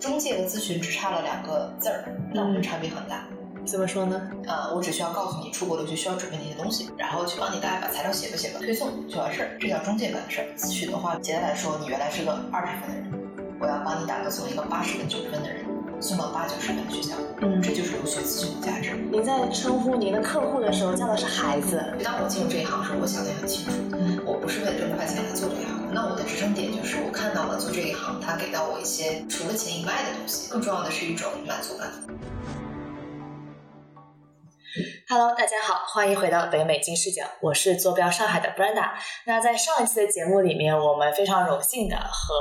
中介和咨询只差了两个字儿，但我觉得差别很大。怎么说呢？呃，我只需要告诉你出国留学需要准备哪些东西，然后去帮你大概把材料写吧写吧，推送就完事儿，这叫中介干的事儿。咨询的话，简单来说，你原来是个二十分的人，我要帮你打造从一个八十分、九十分的人，送到八九十分的学校，嗯这就是留学咨询的价值。您在称呼您的客户的时候叫的是孩子，当我进入这一行时，我想得很清楚，嗯我不是为了挣快钱来做这一行。那我的支撑点就是我看到了做这一行，它给到我一些除了钱以外的东西，更重要的是一种满足感。 ，Hello，大家好，欢迎回到北美金视角，我是坐标上海的 Brenda。那在上一期的节目里面，我们非常荣幸的和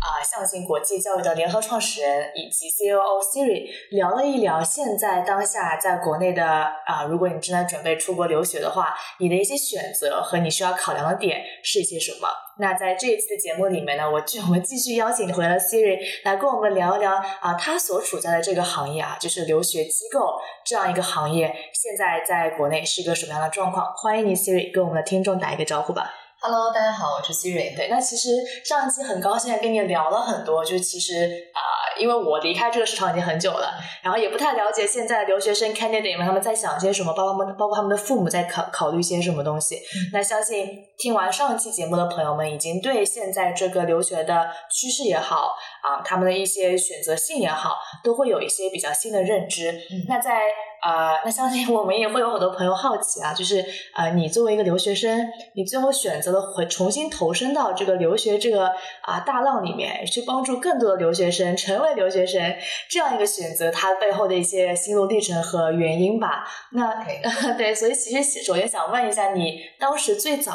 啊、向信国际教育的联合创始人以及 COO Siri 聊了一聊现在当下在国内的啊、如果你正在准备出国留学的话，你的一些选择和你需要考量的点是一些什么。那在这一期的节目里面呢，我继我们继续邀请回了 Siri 来跟我们聊一聊啊，他所处在的这个行业啊，就是留学机构这样一个行业，现在在国内是一个什么样的状况？欢迎你 Siri 跟我们的听众打一个招呼吧。 Hello，大家好，我是 Siri。对，那其实上一期很高兴地跟你聊了很多，就是其实啊、因为我离开这个市场已经很久了，然后也不太了解现在留学生 candidate 们他们在想些什么，包括他们包括他们的父母在考考虑些什么东西。那相信听完上期节目的朋友们，已经对现在这个留学的趋势也好啊、他们的一些选择性也好，都会有一些比较新的认知。那在呃，那相信我们也会有很多朋友好奇啊，就是呃，你作为一个留学生，你最后选择了回重新投身到这个留学这个啊、大浪里面，去帮助更多的留学生成为留学生，这样一个选择，它背后的一些心路历程和原因吧。那 OK， 对，所以其实首先想问一下，你当时最早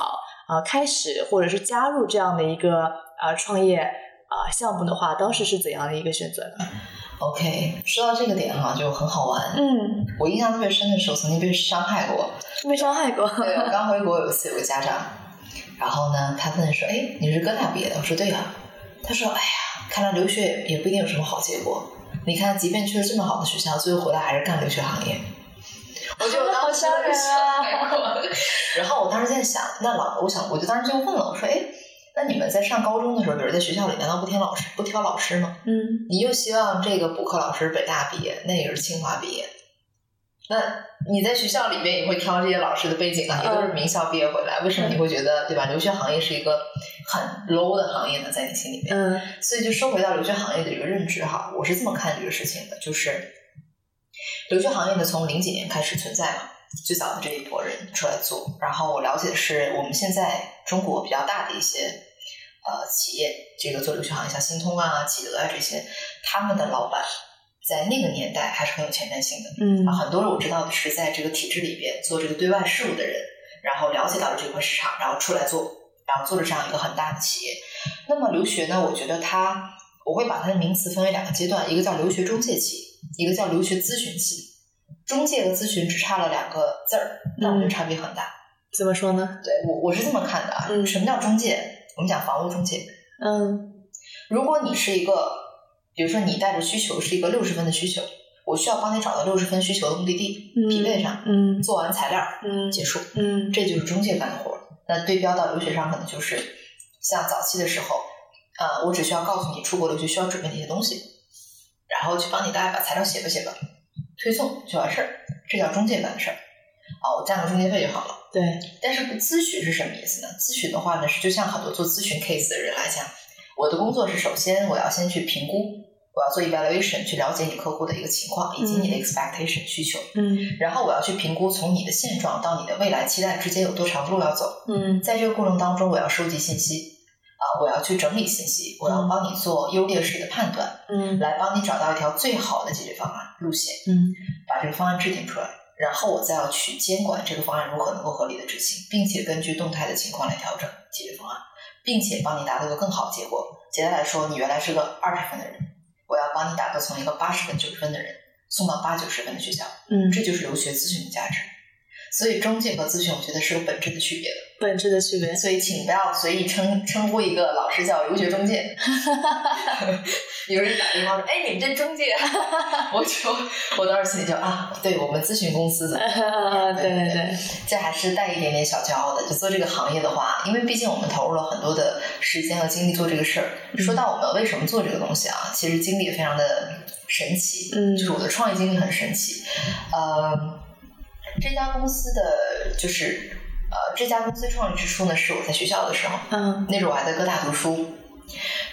啊、呃开始或者是加入这样的一个啊、呃创业啊、呃项目的话，当时是怎样的一个选择呢？ OK，说到这个点哈、就很好玩。嗯， 我印象特别深的是，我曾经被伤害过。没伤害过。对，我刚回国有一次，有个家长，然后呢，他问说：“哎，你是哥大毕业的？”我说：“对呀、他说：“哎呀，看来留学也不一定有什么好结果。你看，即便去了这么好的学校，最后回来还是干留学行业。”我就当时被伤害过。然后我当时在想，那老，我想，我就当时就问了，我说：“哎，那你们在上高中的时候，比如在学校里，难道不听老师不挑老师吗？”嗯你又希望这个补课老师北大毕业，那个是清华毕业，那你在学校里面也会挑这些老师的背景啊，也都是名校毕业回来，为什么你会觉得对吧？留学行业是一个很 low 的行业呢，在你心里面。嗯所以就说回到留学行业的这个认知哈，我是这么看这个事情的，就是留学行业呢，从零几年开始存在嘛，最早的这一波人出来做。然后我了解的是我们现在中国比较大的一些呃企业，这个做留学行业，像新通啊、企鹅啊这些，他们的老板在那个年代还是很有前瞻性的。嗯啊，很多人我知道的是在这个体制里边做这个对外事务的人，然后了解到了这块市场，然后出来做，然后做了这样一个很大的企业。那么留学呢，我觉得它我会把它的名词分为两个阶段，一个叫留学中介期，一个叫留学咨询期。中介和咨询只差了两个字儿，但我嗯觉得差别很大。怎么说呢？对我我是这么看的啊，嗯什么叫中介？我们讲房屋中介，嗯如果你是一个，比如说你带着需求是一个六十分的需求，我需要帮你找到六十分需求的目的地，嗯匹配上，嗯做完材料嗯结束，嗯这就是中介干的活儿。那对标到留学上，可能就是像早期的时候，呃，我只需要告诉你出国留学需要准备哪些东西，然后去帮你大概把材料写吧写吧，推送就完事儿，这叫中介干的事儿。啊，我占个中介费就好了。对，但是咨询是什么意思呢？咨询的话呢，是就像很多做咨询 case 的人来讲，我的工作是首先我要先去评估，我要做 evaluation 去了解你客户的一个情况以及你的 expectation 需求，嗯然后我要去评估从你的现状到你的未来期待之间有多长的路要走。嗯在这个过程当中，我要收集信息，啊、我要去整理信息，我要帮你做优劣势的判断，嗯来帮你找到一条最好的解决方案路线，嗯把这个方案制定出来，然后我再要去监管这个方案如何能够合理的执行，并且根据动态的情况来调整解决方案，并且帮你达到一个更好的结果。简单来说，你原来是个二十分的人，我要帮你打造从一个八十分、九十分的人，送到八九十分的学校。嗯这就是留学咨询的价值。所以中介和咨询，我觉得是有本质的区别的。本质的区别。 所以请不要随意称称呼一个老师叫留学中介。 有人打电话说：“哎，你们这中介啊、 我就我当时心里就啊，对我们咨询公司的，啊，对对对对，这还是带一点点小骄傲的。就做这个行业的话，因为毕竟我们投入了很多的时间和精力做这个事儿。说到我们为什么做这个东西啊，其实经历也非常的神奇，嗯就是我的创业经历很神奇。呃，这家公司的就是呃，这家公司创立之初呢，是我在学校的时候，嗯那时候我还在哥大读书，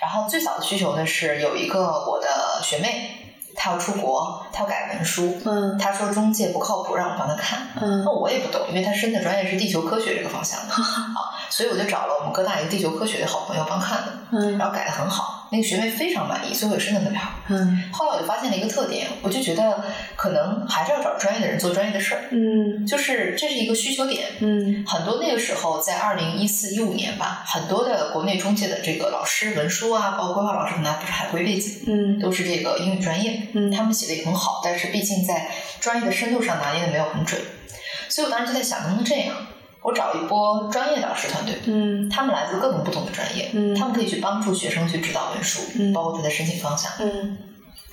然后最早的需求呢是有一个我的学妹，她要出国，她要改文书，嗯她说中介不靠谱，让我帮她看。那嗯我也不懂，因为她申的专业是地球科学这个方向的啊，所以我就找了我们哥大一个地球科学的好朋友帮看的，嗯然后改的很好，那个学妹非常满意，最后也申的特别好。嗯后来我就发现了一个特点，我就觉得可能还是要找专业的人做专业的事儿，嗯就是这是一个需求点，嗯很多那个时候，在二零一四一五年吧，很多的国内中介的这个老师、文书啊，包括规划老师，可能还不是海归背景，嗯都是这个英语专业，嗯他们写的也很好，但是毕竟在专业的深度上拿捏的没有很准，所以我当时就在想，能不能这样，我找一波专业的老师团队，嗯他们来自各种不同的专业，嗯他们可以去帮助学生去指导文书，嗯包括他的申请方向，嗯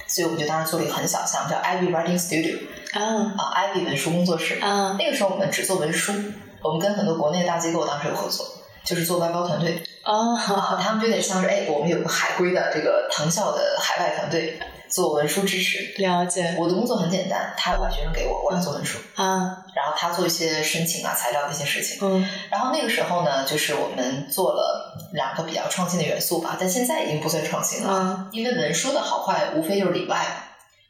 所以我们就当时做了一个很小项，叫 Ivy Writing Studio 啊啊，Ivy 文书工作室，啊那个时候我们只做文书，我们跟很多国内的大机构当时有合作，就是做外包团队啊，啊他们就有点像是哎，我们有个海归的这个藤校的海外团队做文书支持。了解我的工作很简单，他把学生给我，我来做文书，啊然后他做一些申请啊、材料的一些事情。嗯然后那个时候呢，就是我们做了两个比较创新的元素吧，但现在已经不算创新了，啊因为文书的好坏无非就是里外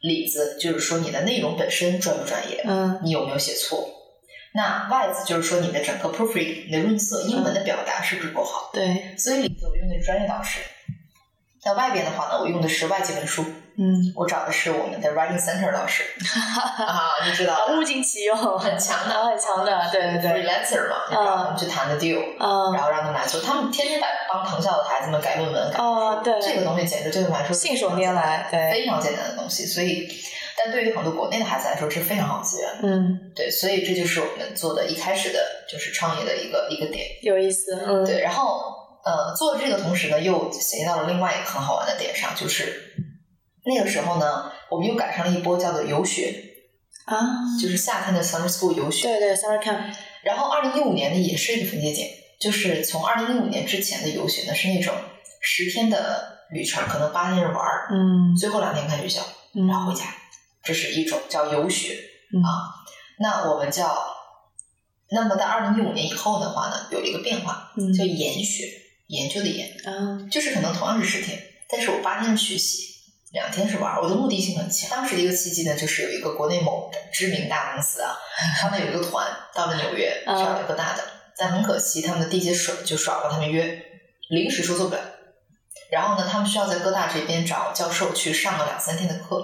里子，就是说你的内容本身专不专业，嗯你有没有写错。那 wise 就是说你的整个 proofread，你的润色，英文的表达是不是够好？对所以里头我用的是专业导师。在外边的话呢，我用的是外籍文书，嗯我找的是我们的 writing center 老 师啊，你知道的物尽其用很强的，啊很强的对对嗯对，freelancer 嘛，然后我们去谈的 deal，、啊然后让他们来做，他们天天在帮藤校的孩子们改论文，改啊对这个东西简直对他们来说信手拈来对非常简单的东西，所以，但对于很多国内的孩子来说，这是非常好的资源。嗯对，所以这就是我们做的一开始的就是创业的一个一个点。有意思嗯对，然后呃，做这个同时呢，又衔接到了另外一个很好玩的点上，就是那个时候呢，我们又赶上了一波叫做游学，啊就是夏天的 summer school 游学。对对 summer camp 然后二零一五年呢，也是一个分界点，就是从二零一五年之前的游学呢，是那种十天的旅程，可能八天是玩儿，嗯最后两天看学校，嗯然后回家，这是一种叫游学。嗯啊，那我们叫，那么在二零一五年以后的话呢，有了一个变化，嗯叫研学，研究的研，啊就是可能同样是十天，但是我八天是学习，两天是玩儿，我的目的性很强。当时的一个契机呢，就是有一个国内某知名大公司啊，他们有一个团到了纽约，啊找了一个大的，但很可惜他们的地接甩就耍过他们约，临时说做不了。然后呢，他们需要在哥大这边找教授去上个两三天的课，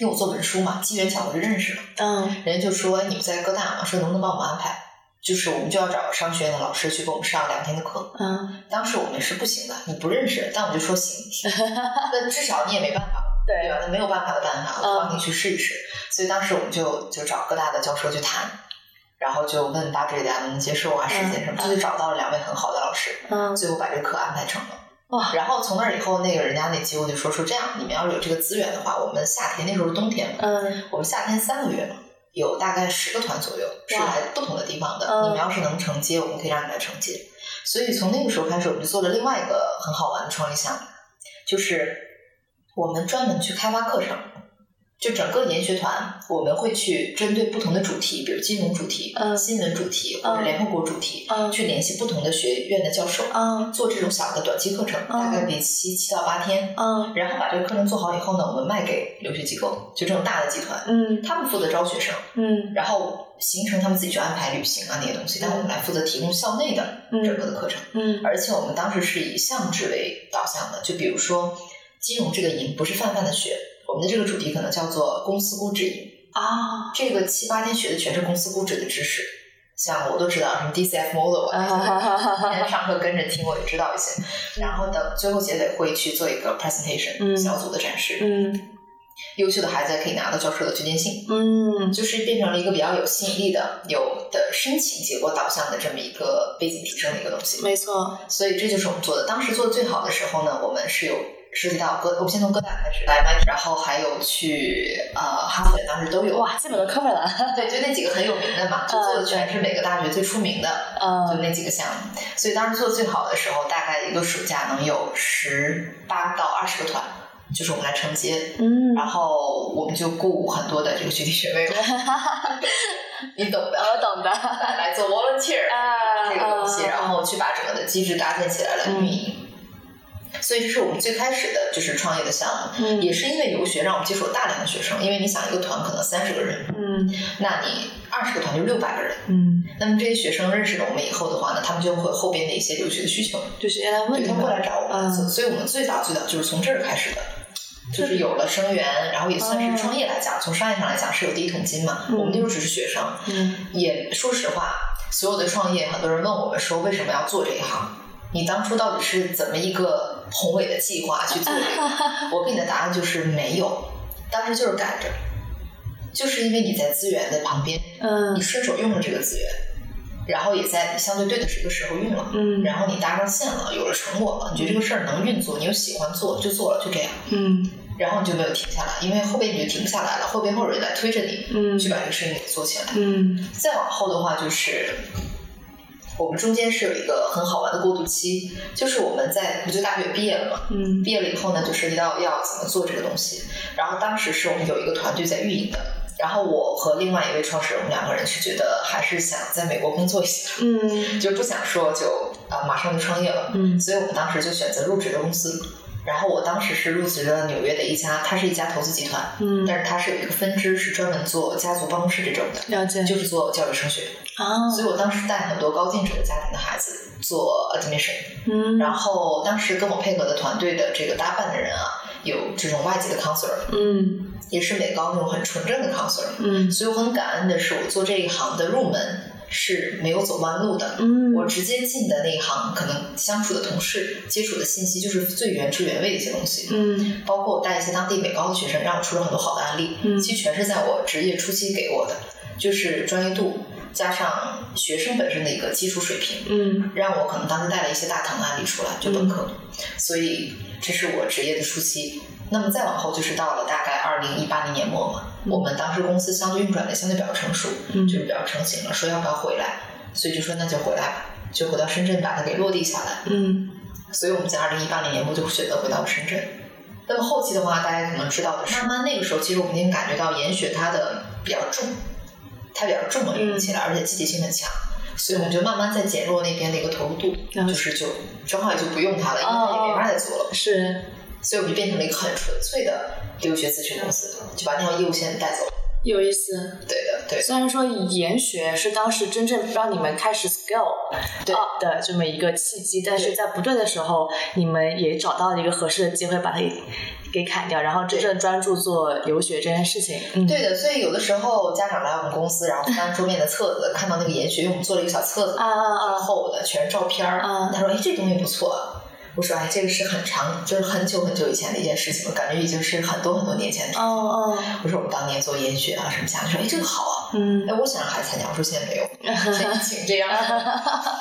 因为我做文书嘛，机缘巧合就认识了。嗯人家就说你们在哥大嘛，说能不能帮我们安排？就是我们就要找商学院的老师去给我们上两天的课。嗯当时我们是不行的，你不认识，但我们就说行， 那至少你也没办法，对对吧？那没有办法的办嗯法，我帮你去试一试。所以当时我们就就找各大的教授去谈，然后就问大致大家能接受啊，时间什么，嗯就找到了两位很好的老师，嗯最后把这个课安排成了。哇然后从那以后，那个人家那机构就说说这样，你们要是有这个资源的话，我们夏天那时候是冬天嘛，嗯我们夏天三个月嘛，有大概十个团左右是哇来不同的地方的。嗯你们要是能承接，我们可以让你来承接。所以从那个时候开始，我们就做了另外一个很好玩的创业项目，就是我们专门去开发课程。就整个研学团，我们会去针对不同的主题，比如金融主题、嗯新闻主题或者嗯联合国主题，嗯去联系不同的学院的教授，嗯做这种小的短期课程，嗯大概为期七到八天。嗯然后把这个课程做好以后呢，我们卖给留学机构，就这种大的集团，嗯他们负责招学生，嗯然后行程他们自己去安排旅行啊那些东西，但我们来负责提供校内的整个的课程。嗯而且我们当时是以项制为导向的，就比如说金融这个营不是泛泛的学，我们的这个主题可能叫做公司估值营，啊这个七八天学的全是公司估值的知识，像我都知道什么 DCF model 啊嗯哈啊。哈哈天天哈上课跟着听，我也知道一些。然后等最后结尾会去做一个 presentation 嗯小组的展示，嗯优秀的孩子可以拿到教师的推荐信，嗯，就是变成了一个比较有吸引力的、有的申请结果导向的这么一个背景提升的一个东西。没错，所以这就是我们做的。当时做的最好的时候呢，我们是有涉及到哥，我们先从哥大开始来麦，然后还有去呃哈佛，当时都有。哇，基本都 cover 了，对，就那几个很有名的嘛，就做的全是每个大学最出名的，就嗯，那几个项目。所以当时做的最好的时候，大概一个暑假能有十八到二十个团，就是我们来承接。嗯，然后我们就雇很多的这个学弟学 妹们， 你懂的，我懂的，啊来做 volunteer 这个东西，然后去把整个的机制搭建起来来嗯运营。所以这是我们最开始的就是创业的项目，嗯也是因为留学让我们接触了大量的学生，因为你想一个团可能三十个人，嗯那你二十个团就六百个人，嗯，那么这些学生认识了我们以后的话呢，他们就会有后边的一些留学的需求，就是原来问对，你他们会来找我们，嗯所以我们最早最早就是从这儿开始的。就是有了生源，然后也算哦是创业来讲，从商业上来讲是有第一桶金嘛。嗯我们那时候只是学生，嗯也说实话，所有的创业，很多人问我们说为什么要做这一行？你当初到底是怎么一个宏伟的计划去做这 个？我给你的答案就是没有，当时就是赶着，就是因为你在资源的旁边，你嗯顺手用了这个资源，然后也在相对对的一个时候用了，嗯，然后你搭上线了，有了成果了，你觉得这个事儿能运作，你又喜欢做，就做了，就这样，嗯然后你就没有停下来，因为后边你就停不下来了，后边会有人来推着你嗯去把这个事情给做起来。嗯再往后的话，就是我们中间是有一个很好玩的过渡期，就是我们在我就大学毕业了嘛，嗯毕业了以后呢，就涉及到要怎么做这个东西。然后当时是我们有一个团队在运营的，然后我和另外一位创始人，我们两个人是觉得还是想在美国工作一下，嗯就不想说就啊、呃马上就创业了，嗯所以我们当时就选择入职的公司。然后我当时是入职了纽约的一家，它是一家投资集团，嗯，但是它是有一个分支是专门做家族办公室这种的，了解就是做教育升学。啊，所以我当时带很多高净值的家庭的孩子做 admission，嗯，然后当时跟我配合的团队的这个搭办的人啊，有这种外籍的 counselor，嗯也是美高那种很纯正的 counselor，嗯所以我很感恩的是，我做这一行的入门是没有走弯路的。嗯，我直接进的那一行，可能相处的同事、接触的信息就是最原汁原味的一些东西，嗯包括我带一些当地美高的学生，让我出了很多好的案例。嗯其实全是在我职业初期给我的，就是专业度加上学生本身的一个基础水平，嗯让我可能当时带了一些大堂的案例出来，就本科。所以这是我职业的初期。那么再往后就是到了大概二零一八年年末嘛，嗯我们当时公司相对运转的相对比较成熟，嗯就是比较成型了，说要不要回来，所以就说那就回来吧，就回到深圳把它给落地下来。嗯所以我们在二零一八年年末就选择回到深圳。那么后期的话，大家可能知道的是，慢慢那个时候，其实我们已经感觉到研学它的比较重，它比较重了运动起来，而且积极性很强，所以我们就慢慢在减弱那边的一个投入度，了解就是就正好也就不用它了，因为它也没法再做了，是所以我们就变成了一个很纯粹的留学咨询公司，就把那条业务线带走了。有意思。对的，对的虽然说研学是当时真正让你们开始 scale 对 up 的这么一个契机，但是对在不对的时候，你们也找到了一个合适的机会把它给给砍掉，然后真正专注做留学这件事情。嗯，对的，所以有的时候家长来我们公司，然后翻桌面的册子，看到那个研学，因为我们做了一个小册子，啊啊很啊，厚的，全是照片儿。嗯他说：“哎，这东西不错啊。”我说：“哎，这个是很长，就是很久很久以前的一件事情了，感觉已经是很多很多年前的。哦哦，我说：“我们当年做研学啊什么下来，说：“哎，这个好啊。”嗯哎，我想让孩子参加，我说现在没有， 现在疫情这样，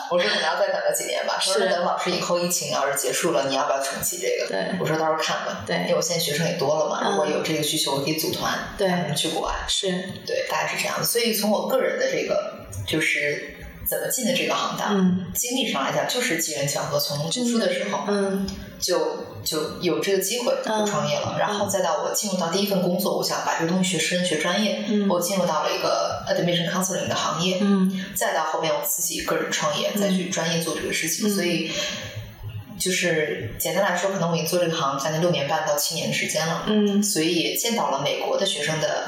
我说可能要再等个几年吧。说是那等老师以后疫情要是结束了，你要不要重启这个？对我说到时候看吧，对因为我现在学生也多了嘛，嗯如果有这个需求，我可以组团，对让他们去国外。是，对，大概是这样的。所以从我个人的这个就是怎么进的这个行当，嗯经历上来讲，就是机缘巧合，从读书的时候嗯就就有这个机会嗯就创业了，然后再到我进入到第一份工作，我想把这个东西学深学专业，嗯我进入到了一个 admission counseling 的行业，嗯再到后面我自己个人创业，嗯再去专业做这个事情，嗯所以。就是简单来说，可能我已经做这个行将近六年半到七年的时间了，嗯所以也见到了美国的学生的，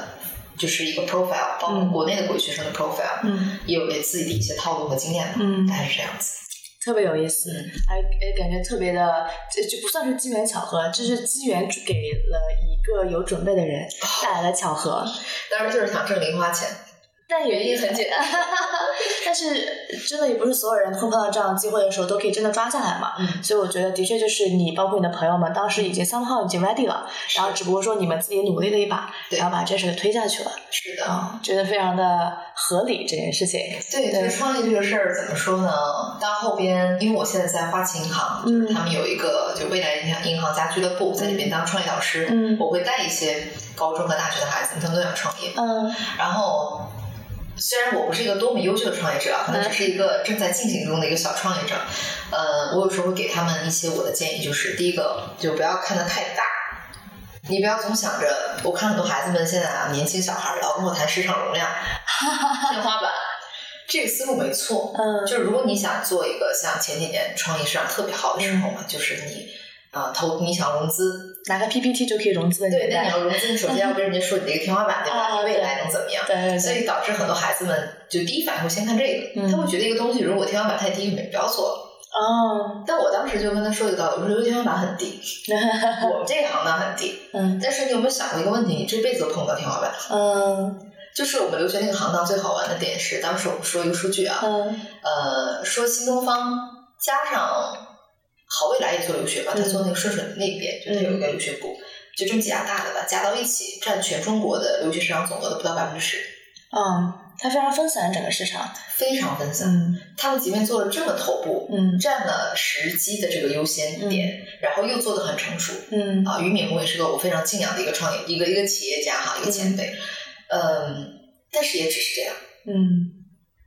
就是一个 profile，包括嗯国内的国际学生的 profile，、嗯也有也自己的一些套路和经验吧，嗯大概是这样子。特别有意思嗯，还也感觉特别的，这就不算是机缘巧合，这是机缘给哦了一个有准备的人带来了巧合。当时就是想挣零花钱，但也一定很简单。 但是真的也不是所有人碰到这样的机会的时候都可以真的抓下来嘛。嗯所以我觉得的确就是你，包括你的朋友们，当时已经 somehow 已经 ready 了，然后只不过说你们自己努力了一把，对然后把这事给推下去了，是的，啊、觉得非常的合理这件事情。对，对就是创业这个事儿怎么说呢？到后边，因为我现在在花旗银行，嗯他们有一个就未来银行银行家俱乐部，在里面当创业导师，嗯我会带一些高中和大学的孩子，他们都想创业。嗯然后，虽然我不是一个多么优秀的创业者啊，可能只是一个正在进行中的一个小创业者，呃，我有时候会给他们一些我的建议，就是第一个，就不要看得太大。你不要总想着，我看很多孩子们现在啊，年轻小孩儿老跟我谈市场容量、天花板，这个思路没错。嗯就是如果你想做一个像前几年创业市场特别好的时候嘛，就是你啊、呃投你想融资，拿个 PPT 就可以融资的对，年那你代。要融资，你首先要跟人家说你的一个天花板，对吧？啊你未来能怎么样？对对所对，以导致很多孩子们就第一反应会先看这个，嗯他会觉得一个东西如果天花板太低，你不要做。哦，但我当时就跟他说一个道理，我说天花板很 低，我们这一行呢很低，嗯但是你有没有想过一个问题，你这辈子都碰不到天花板？嗯就是我们留学那个行当最好玩的点是，当时我们说一个数据啊，嗯呃，说新东方加上好未来也做留学嗯吧，他做那个顺水那边，就他有一个留学部，就这么几家大的吧，加到一起占全中国的留学市场总额的不到百分之十，嗯，它非常分散整个市场。非常分散。嗯他们即便做了这么头部，嗯占了时机的这个优先点，然后又做的很成熟嗯啊。俞敏洪也是个我非常敬仰的一个创业一个一个企业家哈，一个前辈，嗯但是也只是这样。嗯，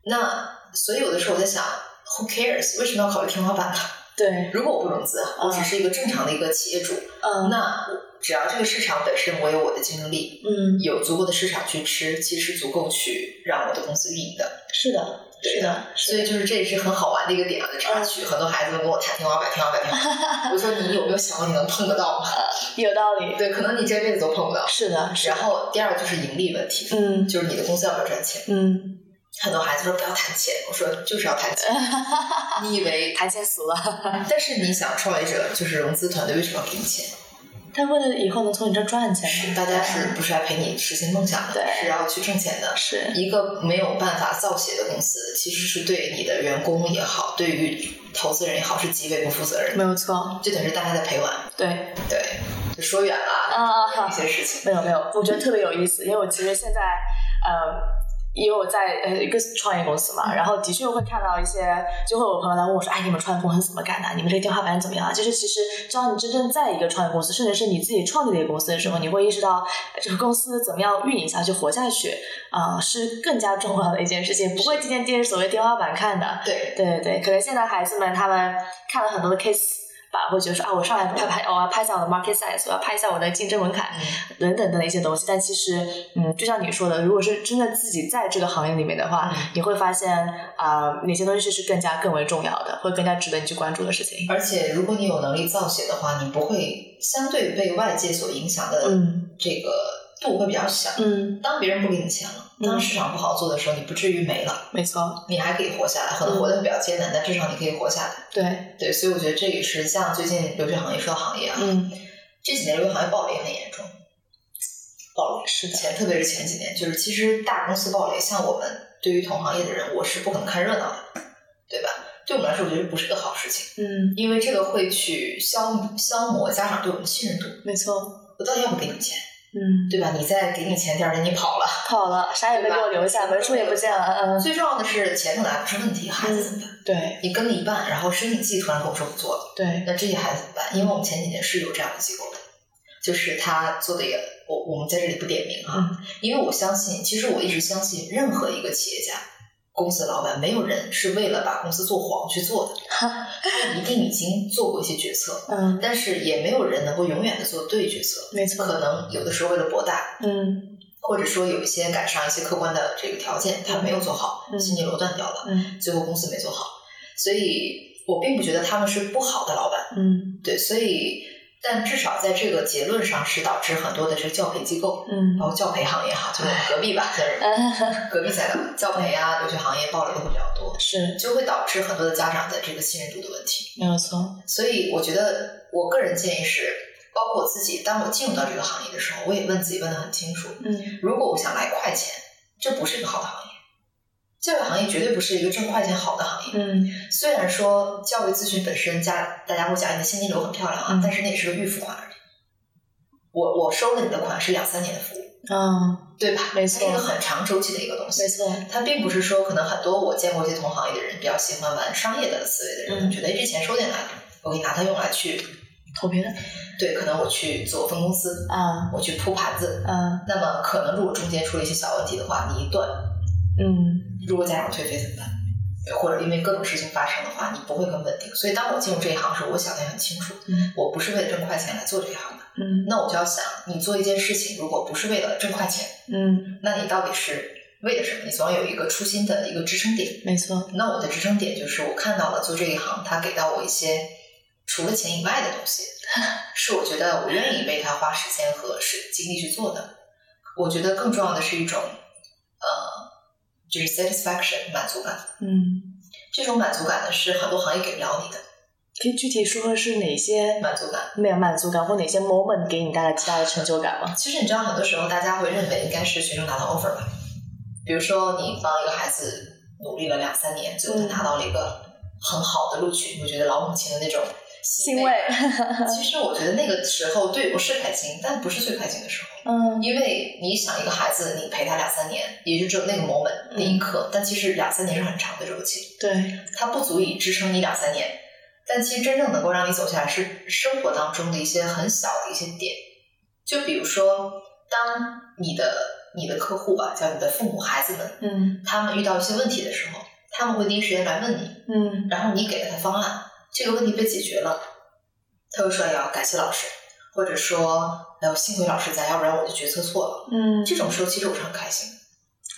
那所以有的时候我在想，Who cares？为什么要考虑天花板呢？对，如果我不融资，我只是一个正常的一个企业主，嗯那只要这个市场本身我有我的竞争力，嗯有足够的市场去吃，其实足够去让我的公司运营的。是的，是的，所以就是这也是很好玩的一个点啊，插曲。很多孩子都跟我谈天花板，天花板，天花板。我说你有没有想过你能碰得到吗？有道理。对，可能你这辈子都碰不到。是的，是的然后第二就是盈利问题，嗯就是你的公司要不要赚钱？嗯，很多孩子说不要谈钱，我说就是要 谈钱。你以为？谈钱俗了。但是你想，创业者就是融资团队为什么要给你钱？他为了以后能从你这儿赚钱嘛，大家是不是来陪你实现梦想的？对是要去挣钱的。是，一个没有办法造血的公司，其实是对你的员工也好，对于投资人也好，是极为不负责任的。没有错，就等于是大家在陪玩。对对，就说远了啊，一些事情。没有没有，我觉得特别有意思，因为我其实现在呃。因为我在呃一个创业公司嘛，然后的确会看到一些，就会有朋友来问我说：“哎，你们创业公司怎么干的？你们这个天花板怎么样啊？”就是其实，只要你真正在一个创业公司，甚至是你自己创立的一个公司的时候，你会意识到呃这个公司怎么样运营下去、活下去啊、是更加重要的一件事情，不会今天盯着所谓天花板看的。对，对对对，可能现在孩子们他们看了很多的 case 吧，会觉得说啊，我上来拍拍，我要拍一下我的 market size，我要拍一下我的竞争门槛嗯，等等的一些东西。但其实，嗯，就像你说的，如果是真的自己在这个行业里面的话，嗯你会发现啊、哪些东西是更加更为重要的，会更加值得你去关注的事情。而且如果你有能力造血的话，你不会相对被外界所影响的嗯这个度会比较小。嗯，当别人不给你钱了，嗯当市场不好做的时候，你不至于没了，没错，你还可以活下来。可嗯能活得比较艰难，但至少你可以活下来。对，对，所以我觉得这也是像最近留学行业说到行业啊，嗯，这几年留学行业暴雷很严重，暴雷是的，前，特别是前几年，就是其实大公司暴雷，像我们对于同行业的人，我是不可能看热闹的，对吧？对我们来说，我觉得不是个好事情，嗯，因为这个会去消消磨家长对我们的信任度。没错，我到底要不给你钱，嗯，对吧？你再给你钱，第二天你跑了。跑了，啥也没给我留下，文书也不见了，嗯，最重要的是钱本来不是问题，孩子怎么办？对你跟了一半，然后申请季突然跟我说不做了，对，那这些孩子怎么办？因为我们前几年是有这样的机构的，就是他做的也，我我们在这里不点名啊，因为我相信，其实我一直相信，任何一个企业家、公司老板，没有人是为了把公司做黄去做的，他一定已经做过一些决策，嗯，但是也没有人能够永远的做对决策，没错，可能有的时候为了博大。嗯或者说有一些赶上一些客观的这个条件，他没有做好，嗯心理楼断掉了，嗯最后公司没做好，所以我并不觉得他们是不好的老板，嗯对，所以但至少在这个结论上是导致很多的这个教培机构，嗯包括教培行业哈，就我们隔壁吧，就是 嗯，隔壁赛道教培啊，留学行业暴雷都会比较多， 是就会导致很多的家长的这个信任度的问题。没有错，所以我觉得我个人建议是，包括我自己，当我进入到这个行业的时候，我也问自己问的很清楚，嗯如果我想来快钱，这不是一个好的行业，教育行业绝对不是一个挣快钱好的行业。嗯虽然说教育咨询本身家大家会讲你的现金流很漂亮啊，嗯但是那也是个预付款而已。我我收了你的款是两三年的服务，嗯，对吧？没错它是一个很长周期的一个东西没。错，它并不是说，可能很多我见过一些同行业的人比较喜欢玩商业的思维的人，嗯觉得哎这钱收进来了，我可以拿它用来去，投别人对，可能我去做分公司，啊我去铺盘子。啊那么可能如果中间出了一些小问题的话，你一断，嗯如果家长退费怎么办？呃或者因为各种事情发生的话，你不会很稳定。所以当我进入这一行时，我想的也很清楚，嗯我不是为了挣快钱来做这一行的。嗯那我就要想，你做一件事情，如果不是为了挣快钱，嗯，那你到底是为了什么？你总要有一个初心的一个支撑点。没错，那我的支撑点就是我看到了做这一行，它给到我一些除了钱以外的东西，是我觉得我愿意为它花时间和是精力去做的。我觉得更重要的是一种，呃，就是 satisfaction 满足感。嗯，这种满足感呢，是很多行业给不了你的可以具体说说是哪些满足感。满满足感，或哪些 moment 给你带来极大的成就感吗？其实你知道，很多时候大家会认为应该是学生拿到 offer 吧，比如说你帮一个孩子努力了两三年，最后他拿到了一个很好的录取，你会觉得老母亲的那种欣慰，其实我觉得那个时候对我是开心，但不是最开心的时候， 嗯因为你想一个孩子，你陪他两三年，也就只有那个 moment 嗯那一刻，但其实两三年是很长的周期，对，它不足以支撑你两三年。但其实真正能够让你走下来，是生活当中的一些很小的一些点，就比如说，当你的你的客户吧，叫你的父母、孩子们，嗯他们遇到一些问题的时候，他们会第一时间来问你，嗯然后你给了他方案，这个问题被解决了，他会说要感谢老师，或者说哎呦幸亏老师在，要不然我就决策错了。嗯这种时候其实我是很开心的，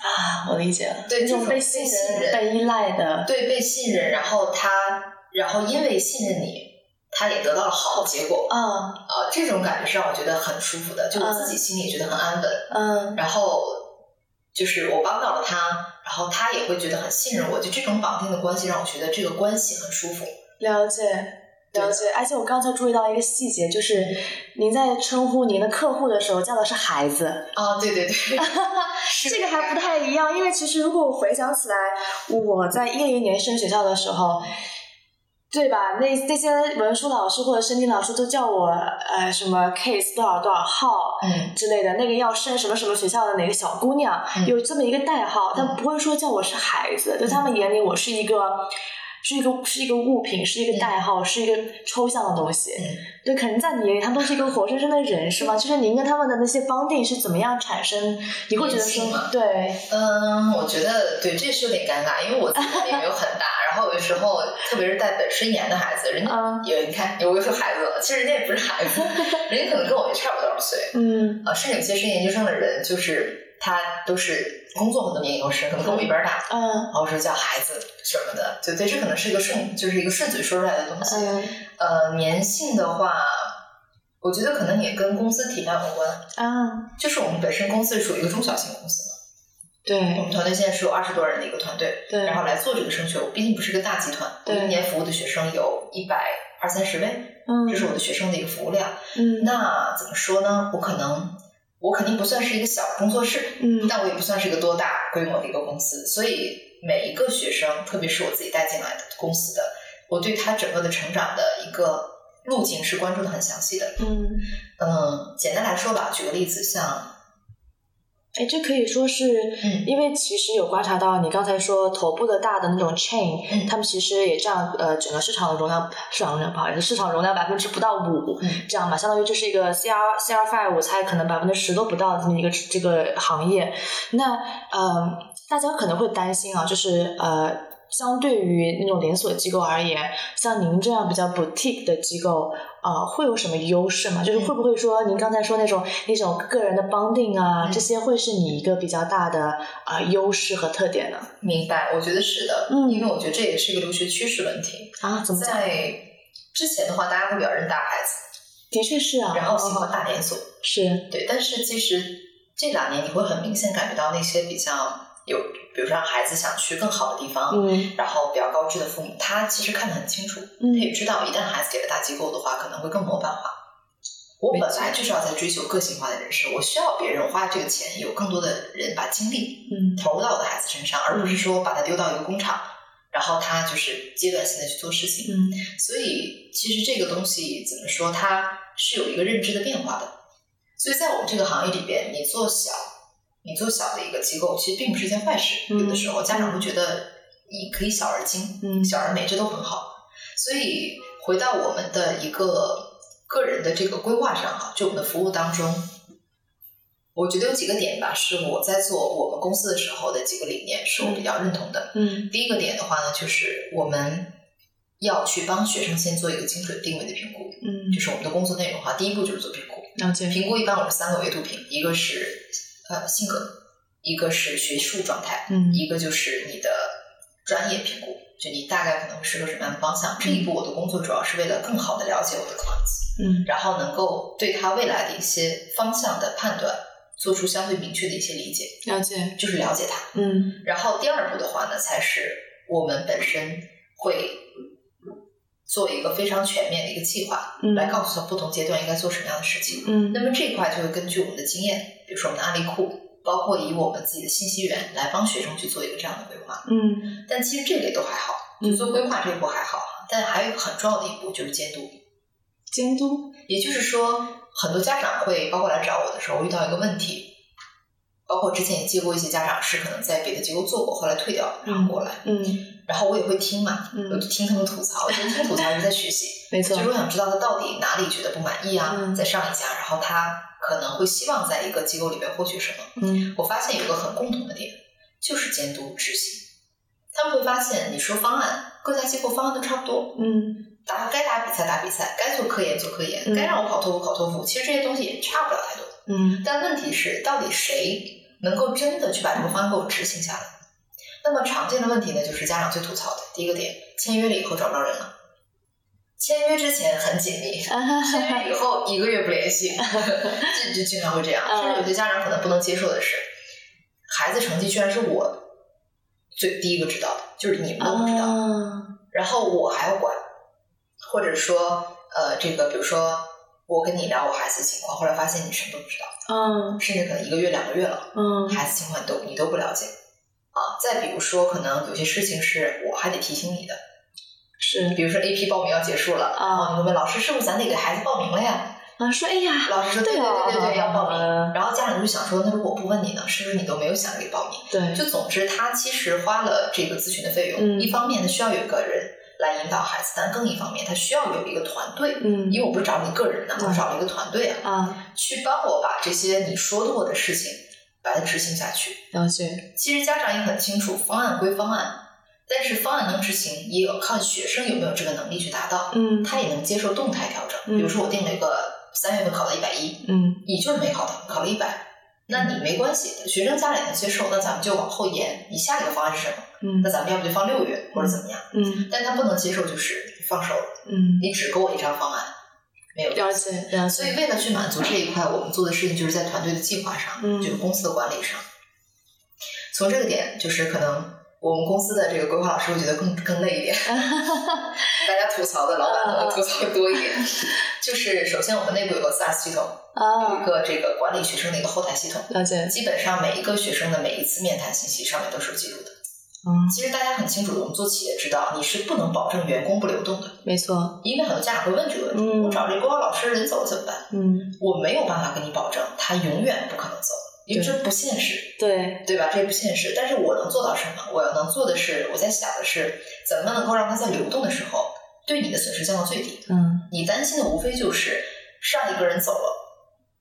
啊，我理解了，对那这种种被被信信任任、被依赖的，对被信任，然后他然后因为信任你，他也得到了好的结果，啊呃，这种感觉是让我觉得很舒服的，就我自己心里也觉得很安稳，嗯然后就是我帮到了他，然后他也会觉得很信任我，就这种绑定的关系让我觉得这个关系很舒服。了解。了解，而且我刚才注意到一个细节，就是您在称呼您的客户的时候叫的是孩子，啊，对对对， 是这个还不太一样，因为其实如果我回想起来，我在一零年升学校的时候，对吧？那那些文书老师或者申请老师都叫我呃什么 case 多少多少号嗯之类的，那个要升什么什么学校的哪个小姑娘，嗯有这么一个代号，但不会说叫我是孩子，在他们眼里我是一个。是一个是一个物品，是一个代号，是一个抽象的东西。嗯。对，可能在你眼里，他们都是一个活生生的人，是吗？就是您跟他们的那些 bonding 是怎么样产生？你会觉得联系说吗，对，嗯，我觉得对，这是有点尴尬，因为我自己压力没有很大，然后有的时候，特别是带本身研的孩子，人家嗯有你看，有我又说孩子了，其实人家也不是孩子，人家可能跟我也差不多少岁，嗯呃，甚至有些是研究生的人，就是他都是工作很多年以后是，可能跟我一边大，嗯然后说叫孩子什么的，就对，这可能是一个顺，就是一个顺嘴说出来的东西。嗯呃，粘性的话，我觉得可能也跟公司体量有关，啊，就是我们本身公司属于一个中小型公司嘛。我对们团队现在是有二十多人的一个团队，对，然后来做这个升学。我毕竟不是个大集团，我对一年服务的学生有一百二三十位，嗯这是我的学生的一个服务量。嗯那怎么说呢？我可能我肯定不算是一个小工作室，嗯但我也不算是一个多大规模的一个公司，所以每一个学生，特别是我自己带进来的公司的，我对他整个的成长的一个路径是关注的很详细的。嗯，嗯，简单来说吧，举个例子，像哎，这可以说是，嗯因为其实有观察到你刚才说头部的大的那种 chain，、嗯他们其实也占呃整个市场的容量，市场容量不好意思，市场容量百分之不到五，嗯这样吧，相当于就是一个 C R C R five，我猜可能百分之十都不到这么一个这个行业。那呃，大家可能会担心啊，就是呃。相对于那种连锁机构而言，像您这样比较 boutique 的机构，呃，会有什么优势吗？就是会不会说您刚才说那种那种个人的 bonding 啊，嗯这些会是你一个比较大的啊、呃优势和特点呢？明白，我觉得是的，嗯因为我觉得这也是一个留学趋势问题。啊，怎么讲？在之前的话，大家会比较认大牌子，的确是啊，然后喜欢哦大连锁，是对。但是其实这两年你会很明显感觉到那些比较有，比如说让孩子想去更好的地方，嗯然后比较高知的父母，他其实看得很清楚，他嗯也知道一旦孩子给了大机构的话，可能会更模板化。我本来就是要在追求个性化的人生，我需要别人花这个钱，有更多的人把精力嗯投入到我的孩子身上，而不是说把他丢到一个工厂，然后他就是阶段性的去做事情。嗯所以其实这个东西怎么说，它是有一个认知的变化的。所以在我们这个行业里边，你做小，你做小的一个机构，其实并不是一件坏事。嗯有的时候家长会觉得你可以小而精，嗯小而美，这都很好。所以回到我们的一个个人的这个规划上哈、就我们的服务当中，我觉得有几个点吧，是我在做我们公司的时候的几个理念，是我比较认同的。嗯第一个点的话呢，就是我们要去帮学生先做一个精准定位的评估，嗯就是我们的工作内容的话，第一步就是做评估。了解评估一般我们三个维度评，一个是呃性格，一个是学术状态，嗯一个就是你的专业评估，就你大概可能会适合什么样的方向。这一步我的工作主要是为了更好的了解我的 clients，嗯然后能够对他未来的一些方向的判断做出相对明确的一些理解，了解就是了解他。嗯然后第二步的话呢，才是我们本身会做一个非常全面的一个计划，嗯来告诉他不同阶段应该做什么样的事情。嗯那么这一块就会根据我们的经验，比如说我们的案例库，包括以我们自己的信息源来帮学生去做一个这样的规划。嗯但其实这类都还好，嗯就做规划这一步还好，但还有一个很重要的一步就是监督。监督也就是说，很多家长会包括来找我的时候，我遇到一个问题，包括之前也接过一些家长是可能在别的机构做过，后来退掉了然后过来，嗯然后我也会听嘛，嗯我就听他们吐 槽，我就听吐槽，我就在学习，没就错是我想知道他到底哪里觉得不满意啊，嗯再上一下，然后他可能会希望在一个机构里面获取什么。嗯我发现有一个很共同的点，就是监督执行。他们会发现，你说方案，各家机构方案都差不多，嗯打该打比赛打比赛，该做科研做科研，嗯该让我考托福考托福，其实这些东西也差不了太多。嗯但问题是，到底谁能够真的去把这个方案给我执行下来？那么常见的问题呢，就是家长最吐槽的第一个点：签约了以后找不着人了。签约之前很紧密，啊哈哈签哈约以后一个月不联系，这就经常会这样。嗯甚至有些家长可能不能接受的是，孩子成绩居然是我最第一个知道的，就是你们都不知道。啊然后我还要管，或者说呃，这个比如说我跟你聊我孩子的情况，后来发现你什么都不知道，嗯甚至可能一个月两个月了，嗯孩子情况你都你都不了解啊。再比如说，可能有些事情是我还得提醒你的，是比如说 AP 报名要结束了，啊然后你会问老师是不是咱得给孩子报名了呀？啊说哎呀老师说对对对啊对对对，要报名。嗯然后家长就想说，那如果不问你呢，是不是你都没有想给报名？对就总之，他其实花了这个咨询的费用，嗯一方面呢需要有一个人来引导孩子，但更一方面他需要有一个团队，嗯因为我不是找你个人呐、嗯我找了一个团队啊，啊去帮我把这些你说过的事情把它执行下去。了解其实家长也很清楚，方案归方案，但是方案能执行，也有看学生有没有这个能力去达到，嗯他也能接受动态调整。嗯比如说我定了一个三月份考了一百一，嗯你就是没考到，考了一百，那你没关系，学生家里能接受，那咱们就往后延。你下一个方案是什么？嗯那咱们要不就放六月或者怎么样？嗯但他不能接受就是放手了，嗯你只给我一张方案，没有。了解了所以解为了去满足这一块，我们做的事情就是在团队的计划上，嗯就是公司的管理上。从这个点，就是可能我们公司的这个规划老师会觉得更更累一 点。大家吐槽的老板可能吐槽多一点。嗯 就是首先我们内部有个 SaaS 系统，有一啊个这个管理学生的一个后台系统，了解基本上每一个学生的每一次面谈信息上面都是有记录的。嗯其实大家很清楚，我们做企业知道你是不能保证员工不流动的，没错因为很多家长会问这个问题：嗯我找这国考老师人走了怎么办？嗯我没有办法跟你保证他永远不可能走，因为对这不现实，对对吧？这不现实。但是我能做到什么？我要能做的是，我在想的是怎么能够让他在流动的时候对你的损失降到最低。嗯你担心的无非就是上一个人走了，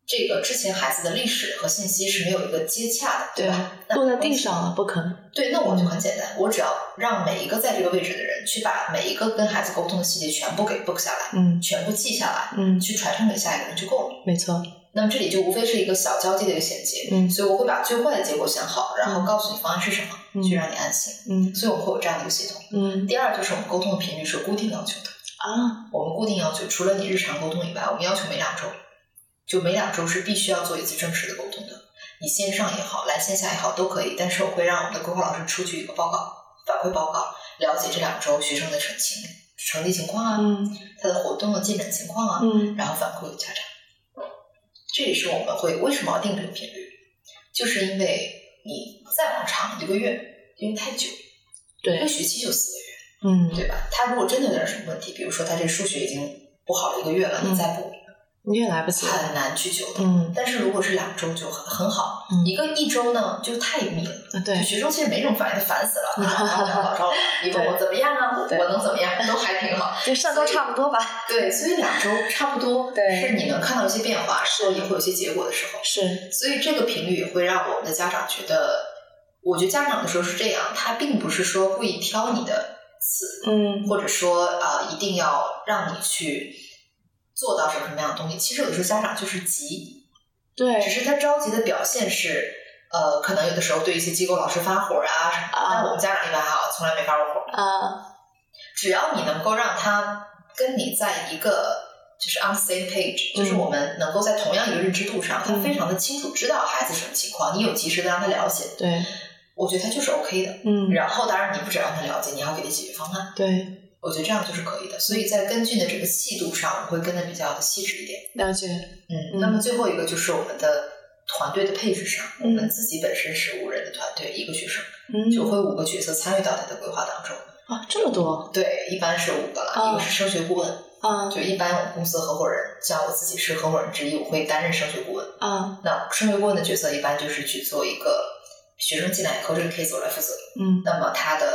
这个之前孩子的历史和信息是没有一个接洽的，对吧？那落在地上了不可能对，那我就很简单，我只要让每一个在这个位置的人去把每一个跟孩子沟通的细节全部给 book 下来，嗯全部记下来，嗯去传承给下一个人就够了。没错那么这里就无非是一个小交际的一个衔接，嗯所以我会把最坏的结果想好，然后告诉你方案是什么，嗯去让你安心。嗯所以我们会有这样的一个系统。嗯第二就是我们沟通的频率是固定要求的。啊我们固定要求，除了你日常沟通以外，我们要求每两周，就每两周是必须要做一次正式的沟通的。你线上也好，来线下也好都可以，但是我会让我们的规划老师出具一个报告，反馈报告，了解这两周学生的成情成绩情况啊，嗯他的活动的进展情况啊，嗯然后反馈给家长。这也是我们会为什么要定这个频率，就是因为你再往长一个月，因为太久，一个对，学期就四个嗯月，对吧？他如果真的有点什么问题，比如说他这数学已经不好了一个月了，嗯你再补你也来不及了，很难去救的。嗯，但是如果是两周就很很好，嗯一个一周呢就太密了，啊对，嗯学生其实没什么反应，烦死了，然后老 赵，你问我怎么样啊？对我能怎么样？都还挺好。就上周差不多吧，对，所以两周差不多，对是你能看到一些变化，是然后也会有一些结果的时候。是，所以这个频率也会让我们的家长觉得，我觉得家长的时候是这样，他并不是说故意挑你的词，嗯，或者说啊、呃一定要让你去做到什么什么样的东西。其实有的时候家长就是急，对只，是他着急的表现是，呃，可能有的时候对一些机构老师发火啊什么的。啊但我们家长一般还好，从来没发过火。啊，只要你能够让他跟你在一个就是 on same page，、嗯就是我们能够在同样一个认知度上，他嗯非常的清楚知道孩子什么情况，你有及时的让他了解，对，我觉得他就是 OK 的。嗯，然后当然你不只让他了解，你还要给他解决方案，对，我觉得这样就是可以的。所以在跟进的这个细度上，我会跟的比较的细致一点。了解，嗯，嗯那么最后一个就是我们的团队的配置上，嗯我们自己本身是五人的团队，一个学生嗯，就会五个角色参与到他的规划当中。啊，这么多对，一般是五个了，哦一个是升学顾问。啊就一般我们公司合伙人，像我自己是合伙人之一，我会担任升学顾问。啊，那升学顾问的角色一般就是去做一个学生进来以后这个 case 我来负责，嗯那么他的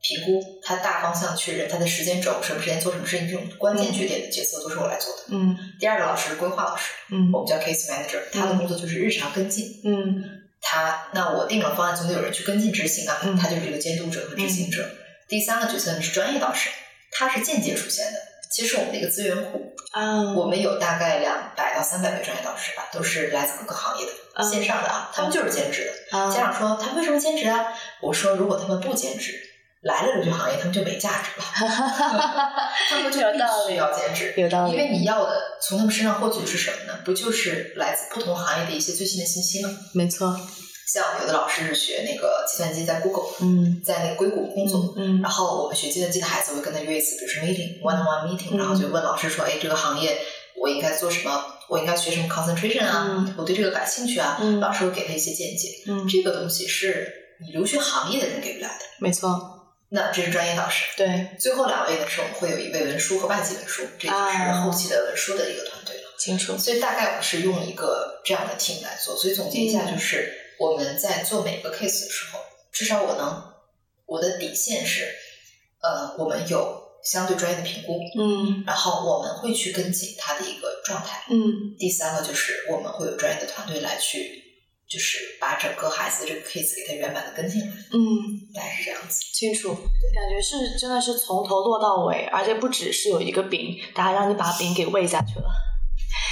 评估、他大方向确认、他的时间轴、什么时间做什么事情这种关键节点的角色都是我来做的。嗯第二个老师规划老师，嗯我们叫 case manager，他的工作就是日常跟进。嗯他那我定了方案，总得有人去跟进执行啊嗯，他就是这个监督者和执行者。第三个角色呢是专业导师，他是间接出现的，其实我们的一个资源库。啊，我们有大概两百到三百位专业导师吧，都是来自各个行业的，啊线上的啊，他们就是兼职的。啊家长说他们为什么兼职啊？我说如果他们不兼职，来了这个行业他们就没价值了， 他们就有道必理须要兼职。有道理，因为你要的从他们身上获取的是什么呢？不就是来自不同行业的一些最新的信息吗？没错，像有的老师是学那个计算机，在 Google，嗯在那个硅谷工作，嗯然后我们学计算机的孩子会跟他约一次，比如说 meeting one on one meeting，、嗯然后就问老师说，哎，这个行业我应该做什么？我应该学什么 concentration 啊？嗯我对这个感兴趣啊？嗯老师会给他一些见解。嗯，这个东西是你留学行业的人给不了的。没错，那这是专业导师。对，最后两位呢，是我们会有一位文书和外籍文书，这就是啊后期的文书的一个团队了。清楚，所以大概我们是用一个这样的 team 来做。所以总结一下，嗯就是我们在做每一个 case 的时候，至少我能，我的底线是，呃，我们有相对专业的评估，嗯然后我们会去跟进他的一个状态。嗯第三个就是我们会有专业的团队来去，就是把整个孩子的这个 case 给他圆满的跟进来，嗯。大概是这样子。清楚，感觉是真的是从头落到尾，而且不只是有一个饼，他还让你把饼给喂下去了。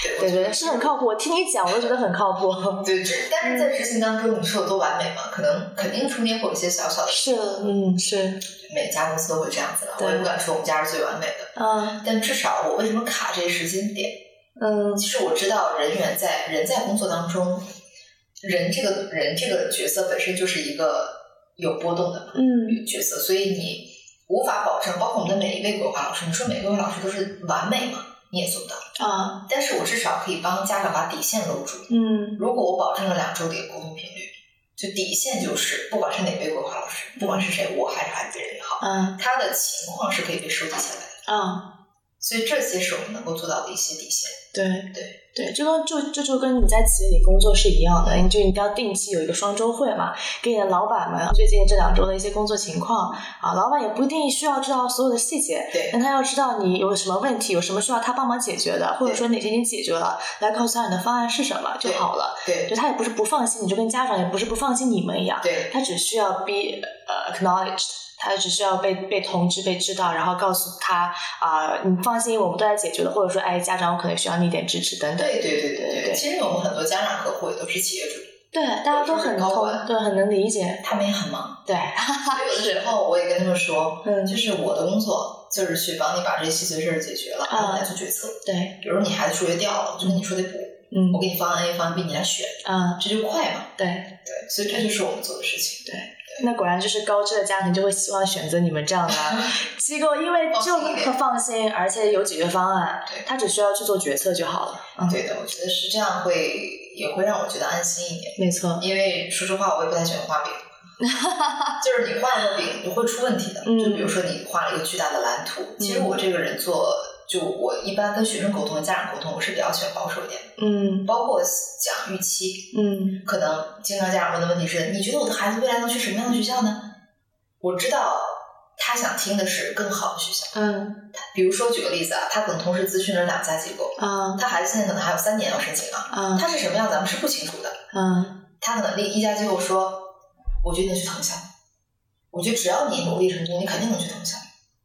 对对我觉对，得对是很靠谱。我听你讲，我都觉得很靠谱。对，这但是在执行当中，你说有多完美嘛？可能肯定中间会有一些小小的， 是，嗯，是，每家公司都会这样子的。对我也不敢说我们家是最完美的，嗯但至少我为什么卡这个时间点？嗯其实我知道人员在人在工作当中，人这个人这个角色本身就是一个有波动的嗯，角色，所以你无法保证，包括我们的每一位规划老师，你说每个规划老师都是完美吗？你也做不到。啊，但是我至少可以帮家长把底线搂住。嗯如果我保证了两周的一个沟通频率，就底线就是，不管是哪位规划老师，不管是谁，我还是孩子本人也好，啊他的情况是可以被收集下来的。啊，所以这些是我们能够做到的一些底线。对对对，这个就这就跟你在企业里工作是一样的，你就你要定期有一个双周会嘛，给你的老板们最近这两周的一些工作情况啊，老板也不一定需要知道所有的细节，对但他要知道你有什么问题，有什么需要他帮忙解决的，或者说哪些已经解决了，来告诉他你的方案是什么就好了。对就他也不是不放心你，就跟家长也不是不放心你们一样，对他只需要 be 呃 acknowledged，他只需要被被通知、被知道，然后告诉他啊、你放心，我们都在解决的，或者说哎，家长我可能需要你一点支持等等。对对对对对对对，其实我们很多家长客户也都是企业主，对，大家都很高通，管对，很能理解。他们也很忙，对，所以有的时候我也跟他们说，嗯，就是我的工作就是去帮你把这些碎事儿解决了，啊然后来做决策。对，比如说你孩子数学掉了，我就跟你说得补，嗯我给你方案 A、方案 B，你来选，啊，这就快嘛。对对，所以这就是我们做的事情。对那果然就是高知的家庭就会希望选择你们这样的啊 机构，因为放就心一点很放心，而且有解决方案对，他只需要去做决策就好了。嗯，对的，我觉得是这样会也会让我觉得安心一点。没错。因为说实话，我也不太喜欢画饼，就是你画了个饼你会出问题的。嗯就比如说你画了一个巨大的蓝图，其实我这个人做，就我一般跟学生沟通、家长沟通，我是比较喜欢保守一点，嗯包括讲预期。嗯可能经常家长问的问题是：你觉得我的孩子未来能去什么样的学校呢？我知道他想听的是更好的学校。嗯比如说举个例子啊，他可能同时咨询了两家机构，啊他孩子现在可能还有三年要申请啊，啊他是什么样咱们是不清楚的。啊！他可能另一家机构说，我决定去藤校，我觉得只要你努力成功，你肯定能去藤校。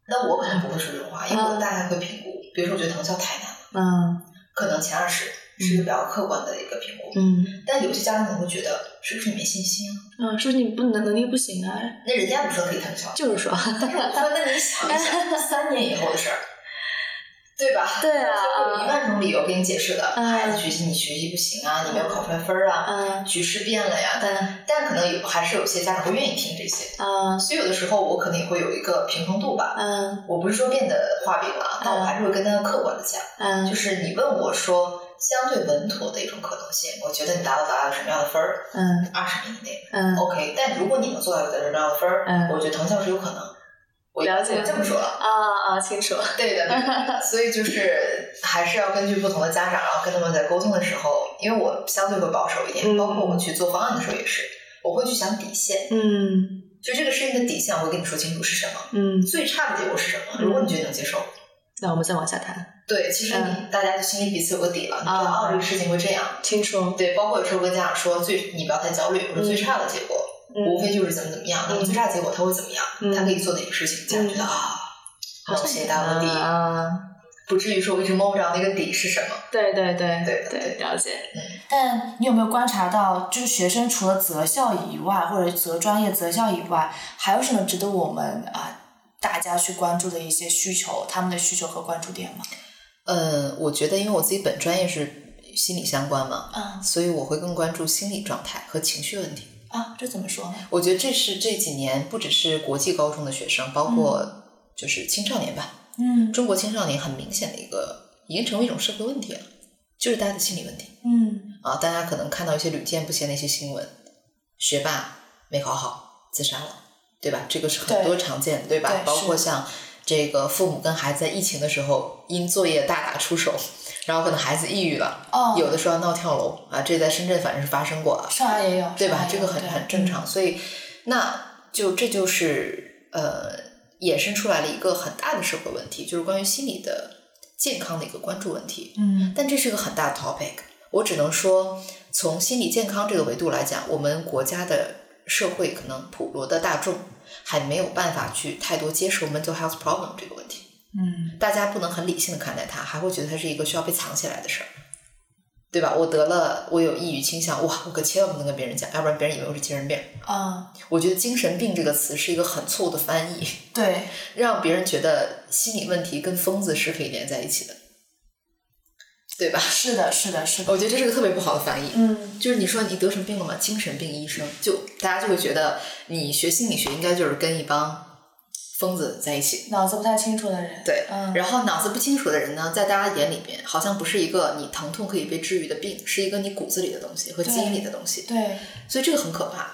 那我可能不会说这种话，因为我大概会评估，比如说我觉得藤校太难了，嗯可能前二十是一个比较客观的一个评估。嗯但有些家长可能会觉得，是不是你没信心啊？嗯，是不是你不能能力不行啊？那人家不说可以藤校，就是说， 但是我说那你想一想，三年以后的事儿，对吧？对啊他会有一万种理由给你解释的，嗯孩子学习你学习不行啊，你没有考出来分儿啊，嗯局势变了呀。嗯但可能有还是有些家长会愿意听这些。嗯所以有的时候我可能也会有一个平衡度吧。嗯我不是说变得画饼了，但我还是会跟他客观的讲，就嗯是你问我说相对稳妥的一种可能性，我觉得你达到达到什么样的分儿，嗯二十名以内嗯， ，OK。但如果你能做到一个什么样的分儿，嗯我觉得藤校是有可能。我了解我这么说了，啊啊，清楚。对的，对 的所以就是还是要根据不同的家长，然后跟他们在沟通的时候，因为我相对会保守一点，嗯包括我去做方案的时候也是，我会去想底线，嗯就这个事情的底线，我会跟你说清楚是什么。嗯，最差的结果是什么？嗯如果你觉得能接受，那我们再往下谈。对，其实你、嗯大家就心里彼此有个底了，你知道哦，啊这个事情会这样。清楚。对，包括有时候跟家长说最，你不要太焦虑，我说嗯最差的结果、无非就是怎么怎么样，那么嗯最差的结果他会怎么样？嗯他可以做哪个事情？家长觉得嗯啊，好那我先打我底，啊，不至于说我一直摸不着那个底是什么。对对对对的对，了解。但你有没有观察到，就是学生除了择校以外，或者择专业、择校以外，还有什么值得我们啊大家去关注的一些需求，他们的需求和关注点吗？呃，我觉得因为我自己本专业是心理相关嘛，嗯所以我会更关注心理状态和情绪问题。啊，这怎么说呢？我觉得这是这几年不只是国际高中的学生，包括就是青少年吧，嗯中国青少年很明显的一个，已经成为一种社会问题了，就是大家的心理问题嗯啊。大家可能看到一些屡见不鲜的一些新闻，学霸没考好自杀了，对吧？这个是很对多常见的，对吧？对包括是像这个父母跟孩子在疫情的时候因作业大打出手，然后可能孩子抑郁了，哦，有的说要闹跳楼啊，这在深圳反正是发生过啊，上海也有，对上吧？海这也个有很对很正常，所以那就这就是呃衍生出来了一个很大的社会问题，就是关于心理的健康的一个关注问题。嗯但这是一个很大的 topic，我只能说从心理健康这个维度来讲，我们国家的社会可能普罗的大众还没有办法去太多接受 mental health problem 这个问题，嗯大家不能很理性的看待它，还会觉得它是一个需要被藏起来的事儿。对吧？我得了，我有抑郁倾向，哇，我可千万不能跟别人讲，哎要不然别人以为我是精神病。啊，我觉得“精神病”这个词是一个很错误的翻译，对，让别人觉得心理问题跟疯子是可以连在一起的，对吧？是的，是的，是的，我觉得这是个特别不好的翻译。嗯就是你说你得什么病了吗？精神病医生，就大家就会觉得你学心理学应该就是跟一帮疯子在一起。脑子不太清楚的人，对，嗯然后脑子不清楚的人呢，在大家眼里边，好像不是一个你疼痛可以被治愈的病，是一个你骨子里的东西和基因里的东西，对，所以这个很可怕。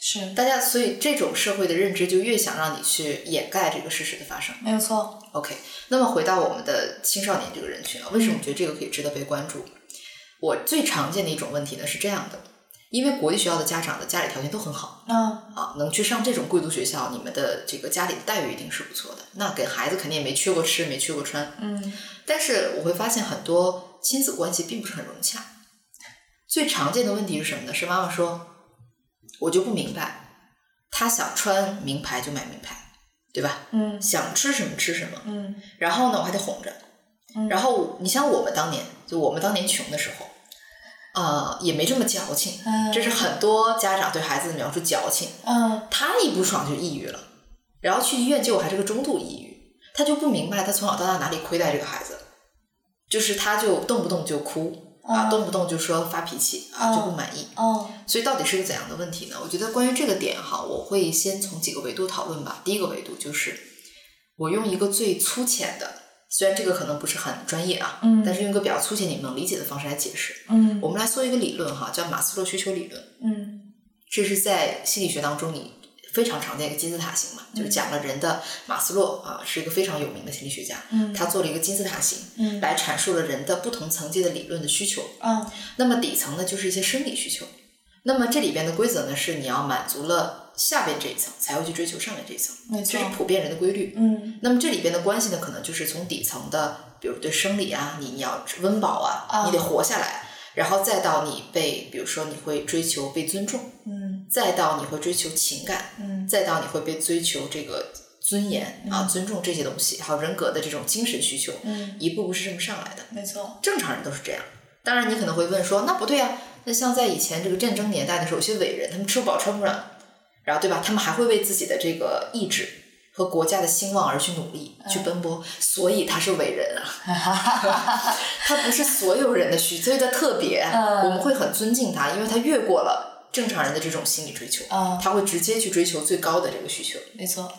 是大家所以这种社会的认知就越想让你去掩盖这个事实的发生。没有错， OK，那么回到我们的青少年这个人群啊，为什么我觉得这个可以值得被关注？我最常见的一种问题呢是这样的，因为国际学校的家长的家里条件都很好嗯啊，能去上这种贵族学校，你们的这个家里的待遇一定是不错的，那给孩子肯定也没缺过吃，没缺过穿。嗯但是我会发现很多亲子关系并不是很融洽。最常见的问题是什么呢？是妈妈说：“我就不明白，他想穿名牌就买名牌，对吧？嗯想吃什么吃什么。嗯然后呢，我还得哄着。嗯然后你像我们当年，就我们当年穷的时候，啊、也没这么矫情。嗯，这是很多家长对孩子的描述，矫情。嗯他一不爽就抑郁了，然后去医院，结果还是个中度抑郁。他就不明白他从小到大哪里亏待这个孩子，就是他就动不动就哭，啊，嗯动不动就说发脾气啊，嗯就不满意。哦，所以到底是个怎样的问题呢？我觉得关于这个点哈，我会先从几个维度讨论吧。第一个维度就是，我用一个最粗浅的，虽然这个可能不是很专业啊，嗯但是用一个比较粗浅你们能理解的方式来解释。嗯我们来说一个理论哈，叫马斯洛需求理论，嗯这是在心理学当中你非常常见的一个金字塔型嘛，嗯就是讲了人的马斯洛啊是一个非常有名的心理学家，嗯他做了一个金字塔型嗯来阐述了人的不同层级的理论的需求。嗯那么底层呢，就是一些生理需求。那么这里边的规则呢，是你要满足了下边这一层，才会去追求上面这一层，没这错是普遍人的规律。嗯那么这里边的关系呢，可能就是从底层的，比如对生理啊，你你要温饱啊啊，你得活下来，然后再到你被，比如说你会追求被尊重，嗯再到你会追求情感，嗯再到你会被追求这个尊严啊、尊重这些东西，还有人格的这种精神需求，嗯，一步步是这么上来的。没错，正常人都是这样。当然，你可能会问说，那不对啊，那像在以前这个战争年代的时候，有些伟人，他们吃不饱穿不暖，然后对吧？他们还会为自己的这个意志和国家的兴旺而去努力、嗯去奔波，所以他是伟人 啊，他不是所有人的需，所以他特别，嗯我们会很尊敬他，因为他越过了正常人的这种心理追求，嗯他会直接去追求最高的这个需求。没错，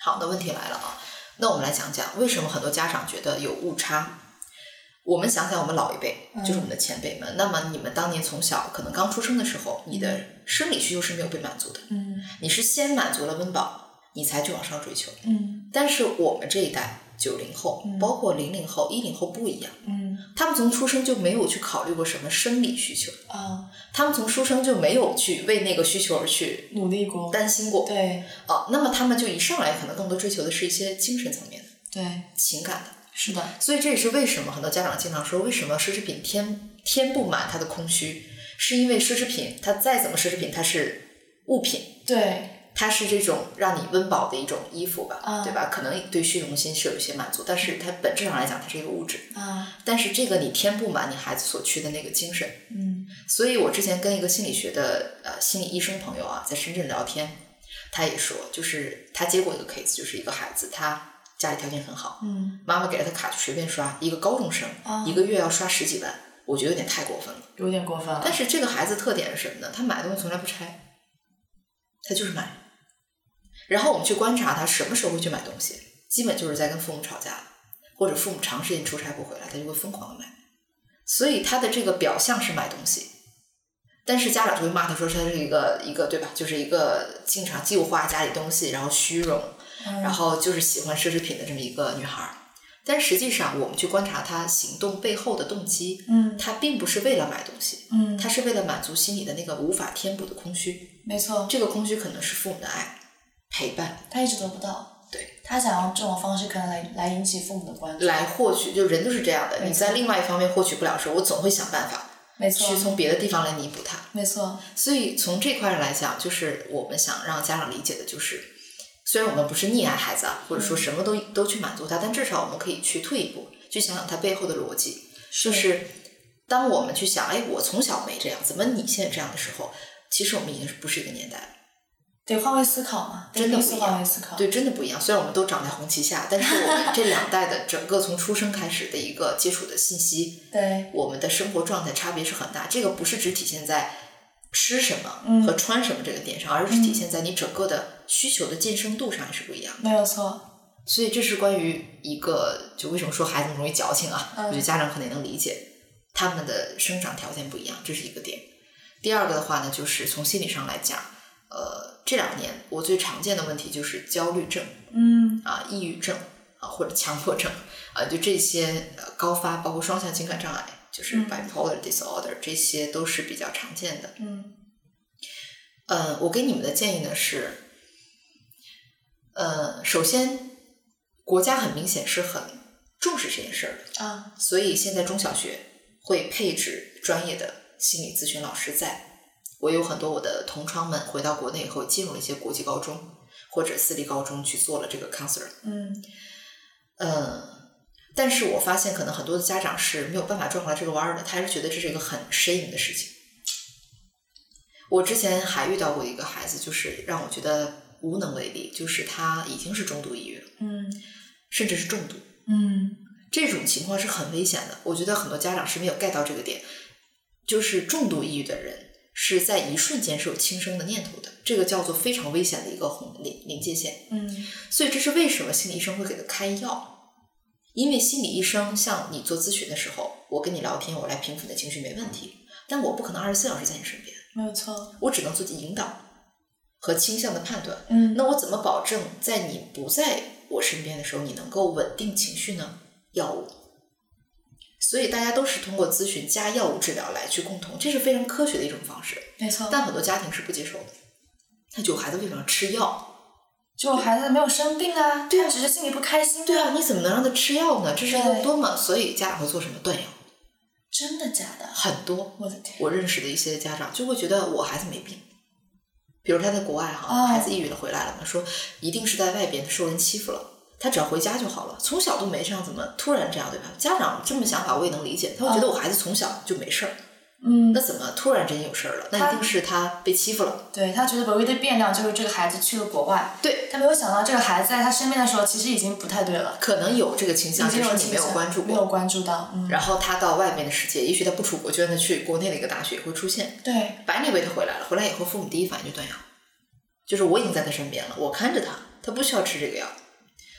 好，那问题来了啊，那我们来讲讲为什么很多家长觉得有误差。我们想想，我们老一辈就是我们的前辈们，那么你们当年从小可能刚出生的时候，你的生理需求是没有被满足的，嗯你是先满足了温饱，你才去往上追求。嗯但是我们这一代九零后，包括零零后、一零后不一样，嗯他们从出生就没有去考虑过什么生理需求，啊，他们从出生就没有去为那个需求而去努力过，担心过，对啊，那么他们就一上来可能更多追求的是一些精神层面的。对，情感的。是的，所以这也是为什么很多家长经常说，为什么奢侈品填填不满它的空虚，是因为奢侈品它再怎么奢侈品，它是物品，对它是这种让你温饱的一种衣服吧，啊对吧？可能对虚荣心是有一些满足，但是它本质上来讲，它是一个物质。啊，但是这个你填不满你孩子所缺的那个精神，嗯所以我之前跟一个心理学的呃心理医生朋友啊，在深圳聊天，他也说，就是他接过一个 case，就是一个孩子，他家里条件很好，嗯，妈妈给了他卡就随便刷，一个高中生、啊嗯一个月要刷十几万，我觉得有点太过分了。有点过分了但，是这个孩子特点是什么呢？他买东西从来不拆，他就是买。然后我们去观察他什么时候会去买东西，基本就是在跟父母吵架，或者父母长时间出差不回来，他就会疯狂的买。所以他的这个表象是买东西，但是家长就会骂他说他是一个一个对吧？就是一个经常计划家里东西，然后虚荣，然后就是喜欢奢侈品的这么一个女孩儿。但实际上，我们去观察她行动背后的动机，嗯她并不是为了买东西，嗯，她是为了满足心里的那个无法填补的空虚。没错，这个空虚可能是父母的爱、陪伴，他一直得不到，对他想用这种方式可能来来引起父母的关注，来获取。就人都是这样的，没你错在另外一方面获取不了的时候，我总会想办法没错去，从别的地方来弥补它。没错，所以从这块儿来讲，就是我们想让家长理解的，就是虽然我们不是溺爱孩子啊，或者嗯说什么都都去满足他，但至少我们可以去退一步，去想想他背后的逻辑。就是当我们去想，哎，我从小没这样，怎么你现在这样的时候，其实我们已经是不是一个年代了。得换位思考嘛，真的得不以一思样考为思啊考，对，真的不一样。虽然我们都长在红旗下，但是我们这两代的整个从出生开始的一个接触的信息，对我们的生活状态差别是很大。这个不是只体现在吃什么嗯和穿什么这个点上，而是体现在你整个的需求的晋升度上也是不一样的。没有错，所以这是关于一个，就为什么说孩子们容易矫情啊？嗯我觉得家长可能也能理解，他们的生长条件不一样，这是一个点。第二个的话呢，就是从心理上来讲，呃，这两年我最常见的问题就是焦虑症。嗯啊、抑郁症啊或者强迫症啊，就这些呃高发，包括双向情感障碍，就是嗯 bipolar disorder，、这些都是比较常见的。嗯呃，我给你们的建议呢是，呃，首先国家很明显是很重视这件事儿的，啊，所以现在中小学会配置专业的心理咨询老师在。我有很多我的同窗们回到国内以后，进入了一些国际高中或者私立高中去做了这个 counselor。嗯嗯，但是我发现可能很多的家长是没有办法转过来这个弯儿的，他还是觉得这是一个很呻吟的事情。我之前还遇到过一个孩子，就是让我觉得无能为力，就是他已经是中度抑郁了，嗯甚至是重度，嗯这种情况是很危险的。我觉得很多家长是没有 get 到这个点。就是重度抑郁的人是在一瞬间是有轻生的念头的，这个叫做非常危险的一个红临临界线。嗯所以这是为什么心理医生会给他开药，因为心理医生像你做咨询的时候，我跟你聊天，我来平复你的情绪没问题，但我不可能二十四小时在你身边，没有错，我只能做引导和倾向的判断。嗯那我怎么保证在你不在我身边的时候，你能够稳定情绪呢？药物。所以大家都是通过咨询加药物治疗来去共同，这是非常科学的一种方式，没错，但很多家庭是不接受的。他就孩子为什么要吃药？就我孩子没有生病啊，对啊他只是心里不开心、对啊，，你怎么能让他吃药呢？这是一个对多么……所以家长会做什么断药？真的假的？很多我的天，我认识的一些家长就会觉得我孩子没病，比如他在国外哈，哦孩子抑郁了回来了嘛，说一定是在外边受人欺负了，他只要回家就好了，从小都没这样，怎么突然这样对吧？家长这么想法我也能理解，他会觉哦得我孩子从小就没事儿，嗯那，怎么突然间有事儿了？那一定是他被欺负了。对他觉得唯一的变量就是这个孩子去了国外，对，他没有想到这个孩子在他身边的时候其实已经不太对了，可能有这个倾向，已只经是你倾没有向关注没有过。关注到，嗯，然后他到外面的世界，也许他不出国，就让他去国内的一个大学也会出现。对，白内为他回来了，回来以后父母第一反应就断药，就是我已经在他身边了，我看着他，他不需要吃这个药。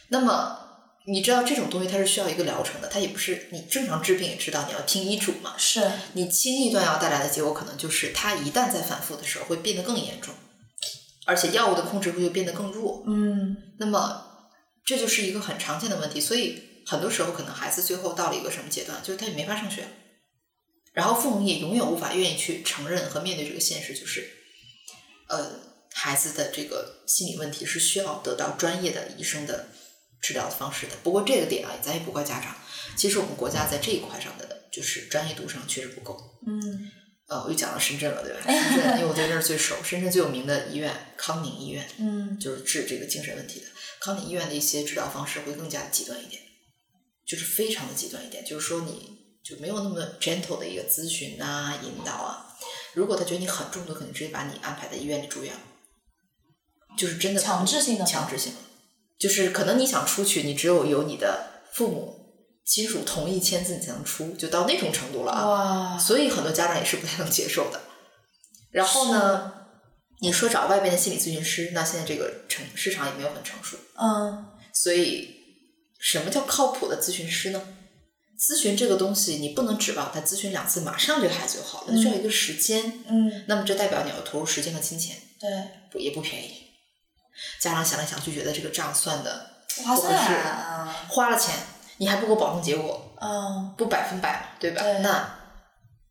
那么你知道这种东西它是需要一个疗程的，它也不是你正常治病也知道你要听医嘱嘛。是你轻易断药带来的结果可能就是它一旦再反复的时候会变得更严重，而且药物的控制会就变得更弱。嗯，那么这就是一个很常见的问题，所以很多时候可能孩子最后到了一个什么阶段，就是他也没法上学，然后父母也永远无法愿意去承认和面对这个现实，就是，呃，孩子的这个心理问题是需要得到专业的医生的治疗的方式的。不过这个点啊，咱也不怪家长，其实我们国家在这一块上的就是专业度上确实不够。嗯，呃，我又讲到深圳了，对吧？深圳，因为我对那儿最熟，深圳最有名的医院康宁医院，嗯，就是治这个精神问题的。康宁医院的一些治疗方式会更加极端一点，就是非常的极端一点，就是说你就没有那么 gentle 的一个咨询啊、引导啊。如果他觉得你很重度，可能直接把你安排在医院里住院了，就是真的强制性的吗强制性的，就是可能你想出去，你只有有你的父母亲属同意签字，你才能出，就到那种程度了啊。哇，所以很多家长也是不太能接受的。然后呢，你说找外边的心理咨询师，那现在这个成市场也没有很成熟，嗯，所以什么叫靠谱的咨询师呢？咨询这个东西，你不能指望他咨询两次马上对孩子就好了，嗯需要一个时间。嗯，那么这代表你要投入时间和金钱，对，不也不便宜。家长想来想去，觉得这个账算的划算不合适啊，花了钱，你还不给我保证结果，嗯，不百分百嘛，对吧？对那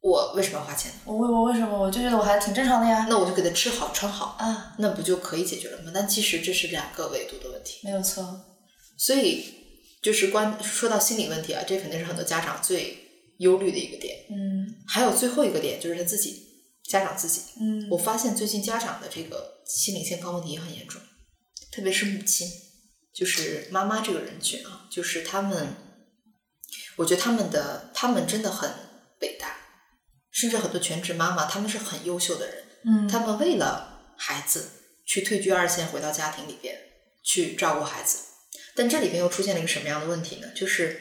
我为什么要花钱呢？我为我为什么我就觉得我还挺正常的呀，那我就给他吃好穿好，啊，那不就可以解决了吗？但其实这是两个维度的问题，没有错，所以就是关说到心理问题啊，这肯定是很多家长最忧虑的一个点。嗯还有最后一个点就是他自己，家长自己。嗯，我发现最近家长的这个心理健康问题也很严重，特别是母亲，就是妈妈这个人群啊，就是他们，我觉得他们的他们真的很伟大，甚至很多全职妈妈，他们是很优秀的人。嗯，他们为了孩子去退居二线，回到家庭里边去照顾孩子。但这里边又出现了一个什么样的问题呢？就是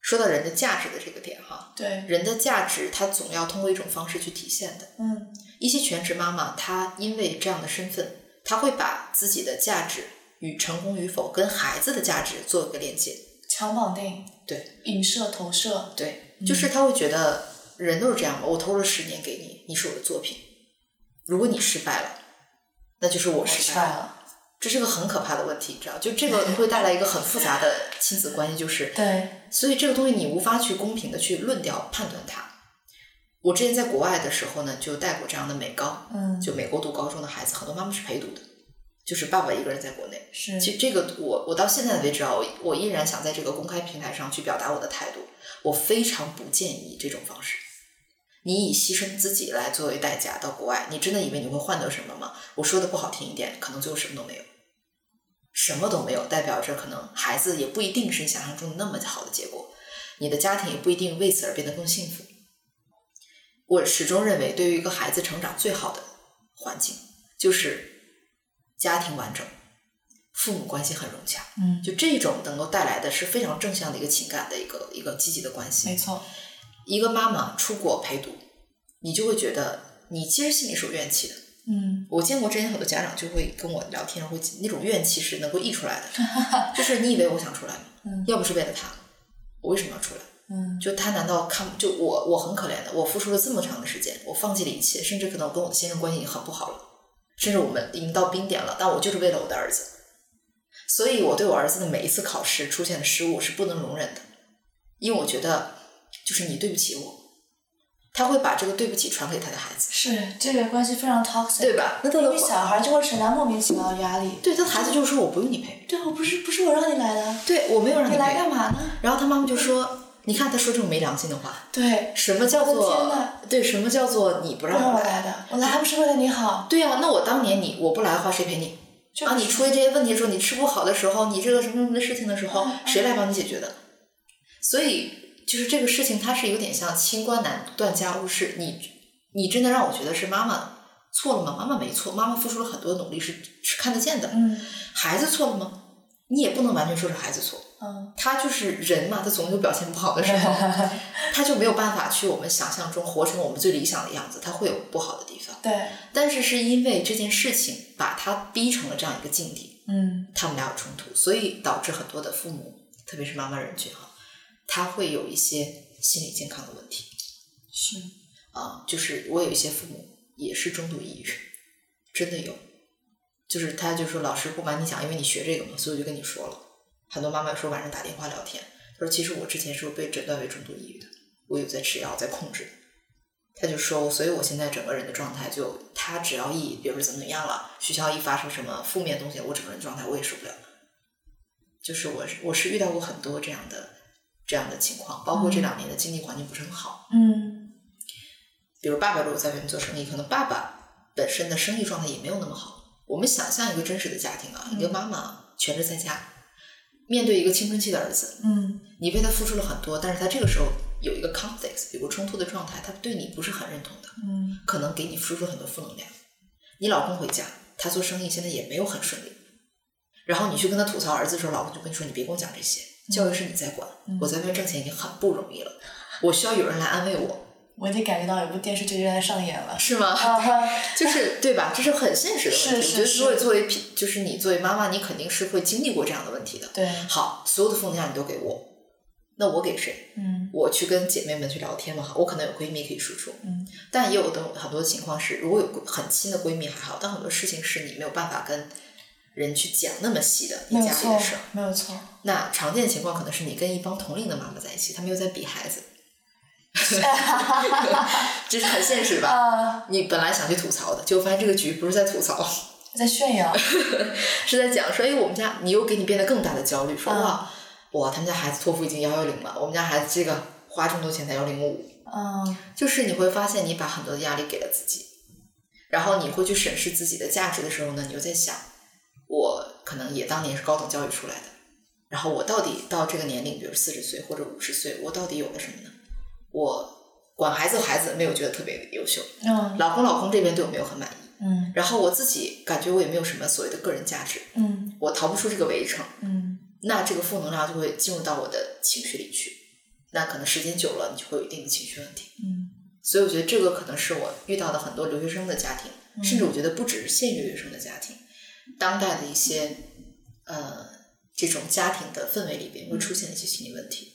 说到人的价值的这个点哈，对，人的价值它总要通过一种方式去体现的。嗯一些全职妈妈，她因为这样的身份，她会把自己的价值与成功与否跟孩子的价值做一个连接。强绑定，对，影射投射，对，就是她会觉得人都是这样吧，我投入了十年给你，你是我的作品。如果你失败了，那就是我我失失败了。败了，这是个很可怕的问题，你知道？就这个会带来一个很复杂的亲子关系，就是，对，所以这个东西你无法去公平的去论调判断它。我之前在国外的时候呢，就带过这样的美高，嗯，就美国读高中的孩子，很多妈妈是陪读的，就是爸爸一个人在国内。是，其实这个我我到现在为止啊，我我依然想在这个公开平台上去表达我的态度，我非常不建议这种方式。你以牺牲自己来作为代价到国外，你真的以为你会换得什么吗？我说的不好听一点，可能最后什么都没有，什么都没有，代表着可能孩子也不一定是你想象中的那么好的结果，你的家庭也不一定为此而变得更幸福。我始终认为，对于一个孩子成长最好的环境，就是家庭完整，父母关系很融洽，嗯，就这种能够带来的是非常正向的一个情感的一个一个积极的关系。没错，一个妈妈出国陪读，你就会觉得你其实心里是有怨气的。嗯，我见过之前很多家长就会跟我聊天，会那种怨气是能够溢出来的，就是你以为我想出来吗？嗯要不是为了他，我为什么要出来？嗯就他难道看就我我很可怜的，我付出了这么长的时间，我放弃了一切，甚至可能我跟我的先生关系已经很不好了，甚至我们已经到冰点了，但我就是为了我的儿子，所以我对我儿子的每一次考试出现的失误是不能容忍的，因为我觉得就是你对不起我，他会把这个对不起传给他的孩子，是这个关系非常 toxic，对吧？那他因的为小孩就会承担莫名其妙的压力。对他的孩子就说我不用你陪，对，我不是不是我让你来的，对我没有让你你来陪，干嘛呢？然后他妈妈就说，你看他说这种没良心的话，对，什么叫我的天做哪对？什么叫做你不不让让我我来来？的，我来还不是为了你好。对呀、啊那我当年你我不来的话，谁陪你？就啊，你出现这些问题的时候，你吃不好的时候，你这个什么什么的事情的时候，嗯嗯谁来帮你解决的？所以就是这个事情，它是有点像清官难断家务事。你你真的让我觉得是妈妈错了吗？妈妈没错，妈妈付出了很多努力是是看得见的。嗯孩子错了吗？你也不能完全说是孩子错，嗯他就是人嘛，他总有表现不好的时候， 他就没有办法去我们想象中活成我们最理想的样子，他会有不好的地方。对，但是是因为这件事情把他逼成了这样一个境地，嗯他们俩有冲突，所以导致很多的父母，特别是妈妈人群哈，他会有一些心理健康的问题是啊、就是我有一些父母也是中度抑郁，真的有，就是他就说老师不瞒你讲，因为你学这个嘛，所以我就跟你说了。很多妈妈说晚上打电话聊天，她说其实我之前是被诊断为中度抑郁的，我有在吃药在控制。他就说，所以我现在整个人的状态就，他只要一，比如说怎么怎么样了，学校一发生什么负面东西，我整个人状态我也受不了。就是我是我是遇到过很多这样的这样的情况，包括这两年的经济环境不是很好，嗯比如爸爸如果在外面做生意，可能爸爸本身的生意状态也没有那么好。我们想象一个真实的家庭啊，嗯一个妈妈全职在家，面对一个青春期的儿子，嗯你为他付出了很多，但是他这个时候有一个 conflict，有个冲突的状态，他对你不是很认同的，嗯可能给你输出很多负能量。你老公回家，他做生意现在也没有很顺利，然后你去跟他吐槽儿子的时候，老公就跟你说：“你别跟我讲这些，教育是你在管，嗯我在外面挣钱已经很不容易了，我需要有人来安慰我，我已经感觉到有部电视剧正在上演 了。是吗？” 啊哈，就是对吧？这是很现实的问题。我是是觉得，是如果作为 P- 就是你作为妈妈，你肯定是会经历过这样的问题的。对，好，所有的负能量你都给我，那我给谁？嗯我去跟姐妹们去聊天嘛，我可能有闺蜜可以输出，嗯但也有的很多情况是，如果有闺很亲的闺蜜还好，但很多事情是你没有办法跟人去讲那么细的你没有家里错的事儿。，没有 错。那常见的情况可能是你跟一帮同龄的妈妈在一起，她们又在比孩子，这是很现实吧？啊，你本来想去吐槽的，结果发现这个局不是在吐 槽，在炫耀。是在讲说，哎，我们家你又给你变得更大的焦虑，说嗯哇哇，他们家孩子托福已经幺幺零了，我们家孩子这个花这么多钱才幺零五，嗯就是你会发现你把很多的压力给了自己，然后你会去审视自己的价值的时候呢，你就在想，我可能也当年是高等教育出来的，然后我到底到这个年龄，比如四十岁或者五十岁，我到底有了什么呢？我管孩子，孩子没有觉得特别优秀，嗯老公老公这边对我没有很满意，嗯然后我自己感觉我也没有什么所谓的个人价值，嗯我逃不出这个围城，嗯那这个负能量就会进入到我的情绪里去。那可能时间久了，你就会有一定的情绪问题。嗯所以我觉得这个可能是我遇到的很多留学生的家庭，嗯甚至我觉得不只是现留学生的家庭，当代的一些呃这种家庭的氛围里边会出现一些心理问题。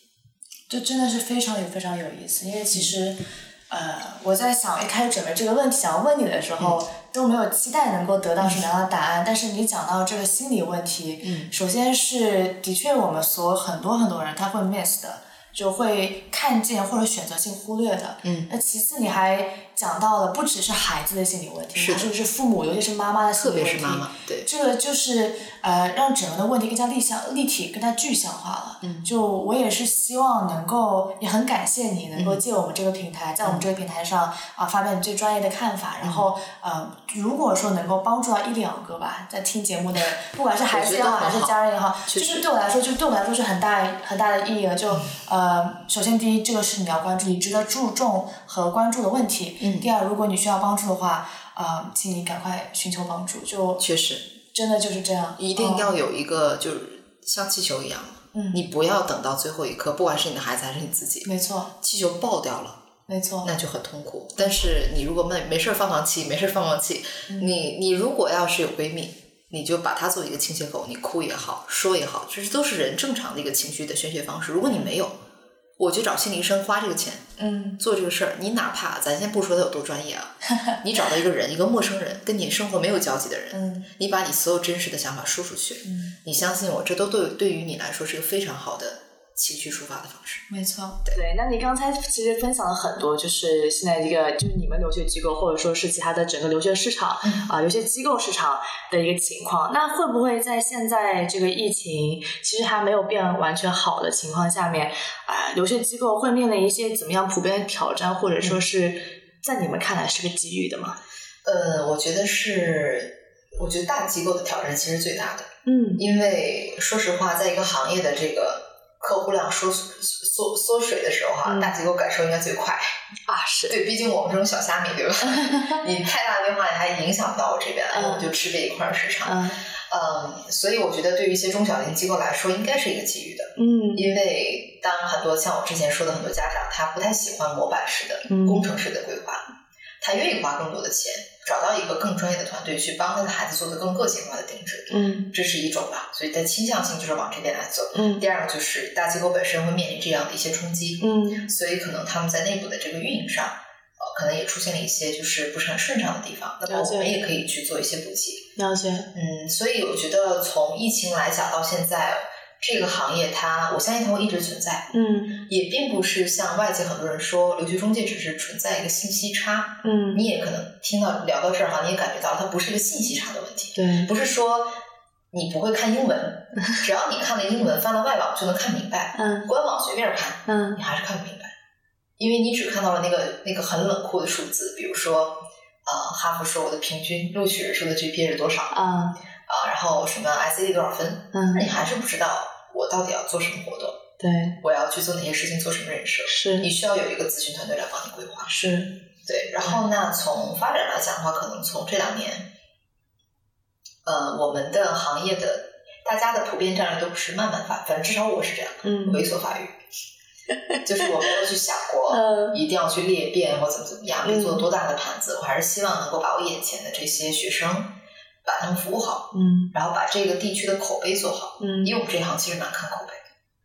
这真的是非常有非常有意思，因为嗯其实，呃，我在想一开始准备这个问题想要问你的时候，嗯都没有期待能够得到什么样的答案，但是你讲到这个心理问题，嗯首先是的确我们所有很多很多人他会 miss 的。就会看见或者选择性忽略的，嗯那其次你还讲到了不只是孩子的心理问题，是的还是父母，尤其是妈妈的心特理问别题，是妈妈，对，这个就是呃，让整个的问题更加立项、立体、更加具象化了。嗯就我也是希望能够，也很感谢你能够借我们这个平台，在我们这个平台上啊、发表你最专业的看法。然后呃，如果说能够帮助到一两个吧，在听节目的，不管是孩子也好，我觉得很还好是家人也好，确就实是对我来说，就对我来说是很大很大的意义了。就呃，首先第一，这个是你要关注、你值得注重和关注的问题。嗯第二，如果你需要帮助的话，呃，请你赶快寻求帮助。就确实真的就是这样，哦一定要有一个就是像气球一样嘛，嗯，你不要等到最后一刻，不管是你的孩子还是你自己，没错，气球爆掉了，没错，那就很痛苦。但是你如果没没事儿放放弃，没事儿放放弃，你你如果要是有闺蜜，你就把它做一个倾泻口，你哭也好，说也好，这是都是人正常的一个情绪的宣泄方式。如果你没有，我去找心理医生花这个钱嗯，做这个事儿，你哪怕咱先不说他有多专业啊，你找到一个人，一个陌生人，跟你生活没有交集的人，嗯你把你所有真实的想法说出去，嗯，你相信我，这都对对于你来说是一个非常好的情绪抒发的方式。没错，对，那你刚才其实分享了很多，就是现在一个就是你们留学机构或者说是其他的整个留学市场啊、留学机构市场的一个情况。那会不会在现在这个疫情其实还没有变完全好的情况下面，啊、留学机构会面临一些怎么样普遍的挑战，或者说是在你们看来是个机遇的吗？呃，我觉得是，我觉得大机构的挑战其实最大的，嗯因为说实话，在一个行业的这个客户量缩缩缩缩水的时候哈、嗯大机构感受应该最快。啊是，对，毕竟我们这种小虾米，对吧？ 你太大的变化，你还影响到我这边来，嗯我们就吃这一块儿市场。嗯嗯，所以我觉得对于一些中小型机构来说，应该是一个机遇的。嗯因为当很多像我之前说的很多家长，他不太喜欢模板式的、嗯工程式的规划，他愿意花更多的钱，找到一个更专业的团队去帮他的孩子做的更个性化的定制，嗯这是一种吧。所以它倾向性就是往这边来走。嗯第二个就是大机构本身会面临这样的一些冲击，嗯所以可能他们在内部的这个运营上，呃，可能也出现了一些就是不是很顺畅的地方。那么了解我们也可以去做一些补齐。了解，嗯，所以我觉得从疫情来讲到现在，这个行业它，我相信它会一直存在，嗯也并不是像外界很多人说，留学中介只是存在一个信息差。嗯你也可能听到聊到这儿哈，你也感觉到它不是一个信息差的问题，对不是说你不会看英文，只要你看了英文，翻到外网就能看明白，嗯官网随便看，嗯你还是看不明白，因为你只看到了那个那个很冷酷的数字，比如说。呃，哈佛说我的平均录取人数的 GPA 是多少？啊啊，然后什么 ICD 多少分，嗯那你还是不知道我到底要做什么活动，对我要去做哪些事情，做什么人设，是你需要有一个咨询团队来帮你规划。是对，然后那从发展来讲的话，可能从这两年，呃，我们的行业的大家的普遍战略都不是慢慢发，反正至少我是这样，嗯猥琐发育， 就是我没有去想过。呃一定要去裂变或怎么怎么样，嗯别做多大的盘子。我还是希望能够把我眼前的这些学生，把他们服务好，嗯然后把这个地区的口碑做好，嗯因为我们这一行其实蛮看口碑，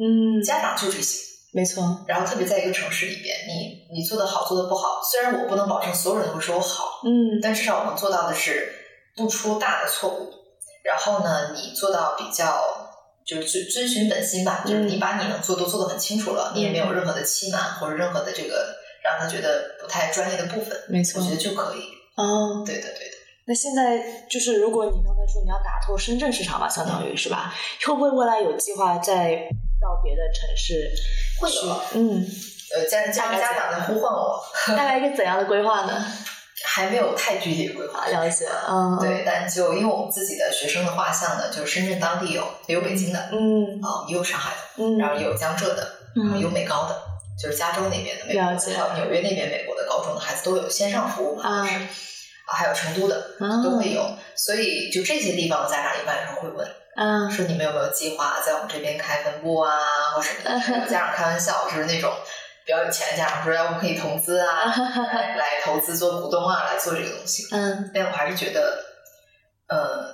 嗯，家长就这些。没错，然后特别在一个城市里边，你你做的好，做的不好，虽然我不能保证所有人都会说我好，嗯但至少我能做到的是不出大的错误。然后呢，你做到比较就是遵遵循本心吧，就是嗯你把你能做都做得很清楚了，你也没有任何的欺瞒或者任何的这个让他觉得不太专业的部分，没错我觉得就可以。哦。对的，对的。那现在就是，如果你刚才说你要打透深圳市场吧，相当于是吧？会不会未来有计划再到别的城市会去有？嗯，呃，家家大概家长在呼唤我，大概一个怎样的规划呢？还没有太具体的规划啊，。了解，嗯，对，，但就因为我们自己的学生的画像呢，就是深圳当地有，也有北京的，啊、嗯也有上海的，嗯，然后也有江浙的，然后也有美高的，就是加州那边的美国了解的，还有纽约那边美国的高中的孩子都有线上服务嘛，啊就是啊，还有成都的啊都会有，所以就这些地方的家长一般是会问，啊，说你们有没有计划在我们这边开分部啊，或什么的。 有家长开玩笑，就是那种比较有钱的家长说，要不可以投资 啊，来来投资做股东啊，来做这个东西。嗯但我还是觉得，呃，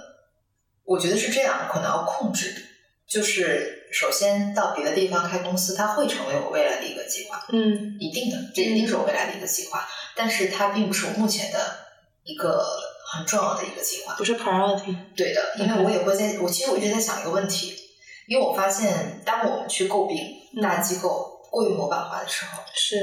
我觉得是这样，可能要控制，就是首先到别的地方开公司，它会成为我未来的一个计划，嗯一定的，这一定是我未来的一个计划，但是它并不是我目前的一个很重要的一个计划不。是 priority，对的，因为我也会在，我其实我一直在想一个问题，因为我发现，当我们去诟嗯病大机构过于模板化的时候，是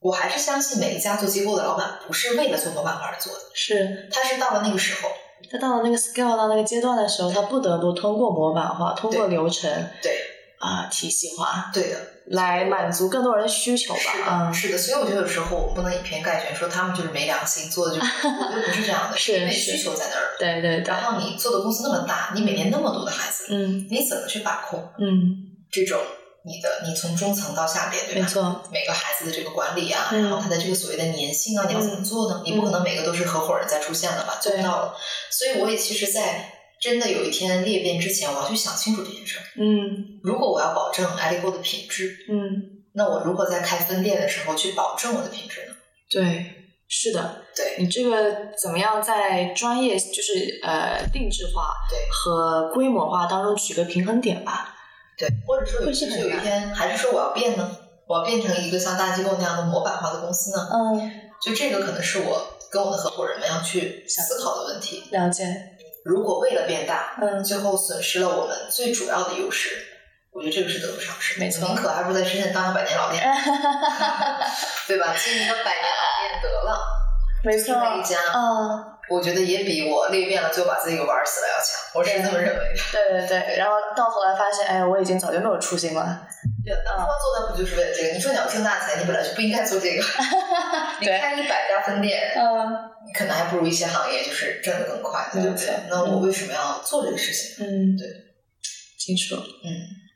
我还是相信每一家做机构的老板不是为了做模板化而做的，是，他是到了那个时候。他到了那个 scale 到那个阶段的时候，他不得不通过模板化，通过对流程对啊体系化对的，来满足更多人的需求吧，是啊的，，是的，所以我觉得有时候我们不能以偏概全，说他们就是没良心，做的 就是我觉得不是这样的，是因为是需求在那儿。对对对，然后你做的公司那么大，你每年那么多的孩子，嗯你怎么去把控嗯，这种你的你从中层到下边对没吧？错，每个孩子的这个管理啊，嗯然后他的这个所谓的粘性啊，你要怎么做呢？你嗯不可能每个都是合伙人在出现了吧？做不对到了。所以我也其实，在真的有一天裂变之前，我要去想清楚这件事儿。嗯如果我要保证 i d g o 的品质，嗯那我如何在开分店的时候去保证我的品质呢？对，是的，对你这个怎么样在专业就是呃定制化对和规模化当中取个平衡点吧？对，或者说有会是是很有一难天，还是说我要变呢？我要变成一个像大机构那样的模板化的公司呢？嗯，就这个可能是我跟我的合伙人们要去思考的问题。了解，如果为了变大，嗯，最后损失了我们最主要的优势，我觉得这个是得不偿失。没错宁可还不如在深圳当个百年 老店，对吧？经营个百年老店得了，没另错，外一家，嗯，我觉得也比我裂变了就把自己给玩死了要强。我是这么认为的。对对对，然后到头来发现，哎，我已经早就没有初心了。对，当初做的不就是为了这个？你说你要挣大钱，你本来就不应该做这 个。你对开一百家分店，嗯你可能还不如一些行业就是挣得更快，对没不错对？那我为什么要做这个事情？嗯，对，清楚。嗯，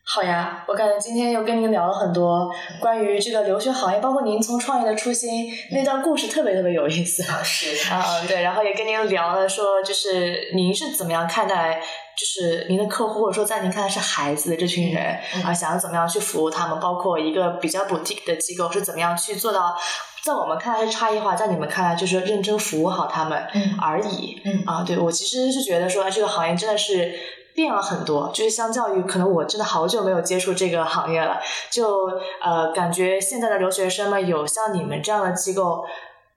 好呀，我感觉今天又跟您聊了很多关于这个留学行业，包括您从创业的初心那段故事，特别特别有意思。 啊是啊，嗯对，然后也跟您聊了，说就是您是怎么样看待，就是您的客户，或者说在您看来是孩子的这群人，嗯啊，想要怎么样去服务他们，包括一个比较 boutique 的机构是怎么样去做到，在我们看来是差异化，在你们看来就是认真服务好他们嗯而已。嗯啊，对我其实是觉得说这个行业真的是变了很多，就是相较于可能我真的好久没有接触这个行业了，就呃感觉现在的留学生们有像你们这样的机构。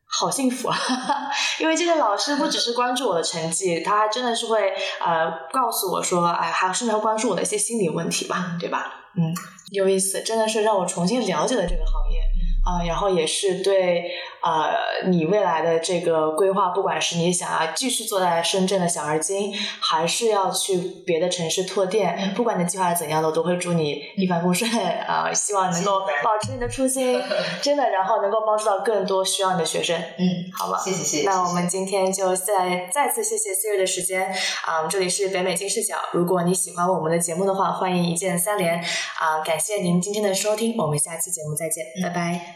好幸福啊！ 因为这个老师不只是关注我的成绩，他还真的是会呃告诉我说，哎，还甚至会关注我的一些心理问题吧，对吧？嗯，有意思，真的是让我重新了解了这个行业。啊、然后也是对呃你未来的这个规划，不管是你想要继续坐在深圳的小而精，还是要去别的城市拓嗯店，不管你的计划是怎样的，我都会祝你一帆风顺 啊、希望能够谢谢保持你的 初心，真的，然后能够帮助到更多需要你的学生，嗯，好吧？谢谢谢谢。那我们今天就再再次谢谢 Siri 的时间啊、这里是北美金视角。如果你喜欢我们的节目的话，欢迎一键三连啊、感谢您今天的收听，我们下期节目再见，拜拜。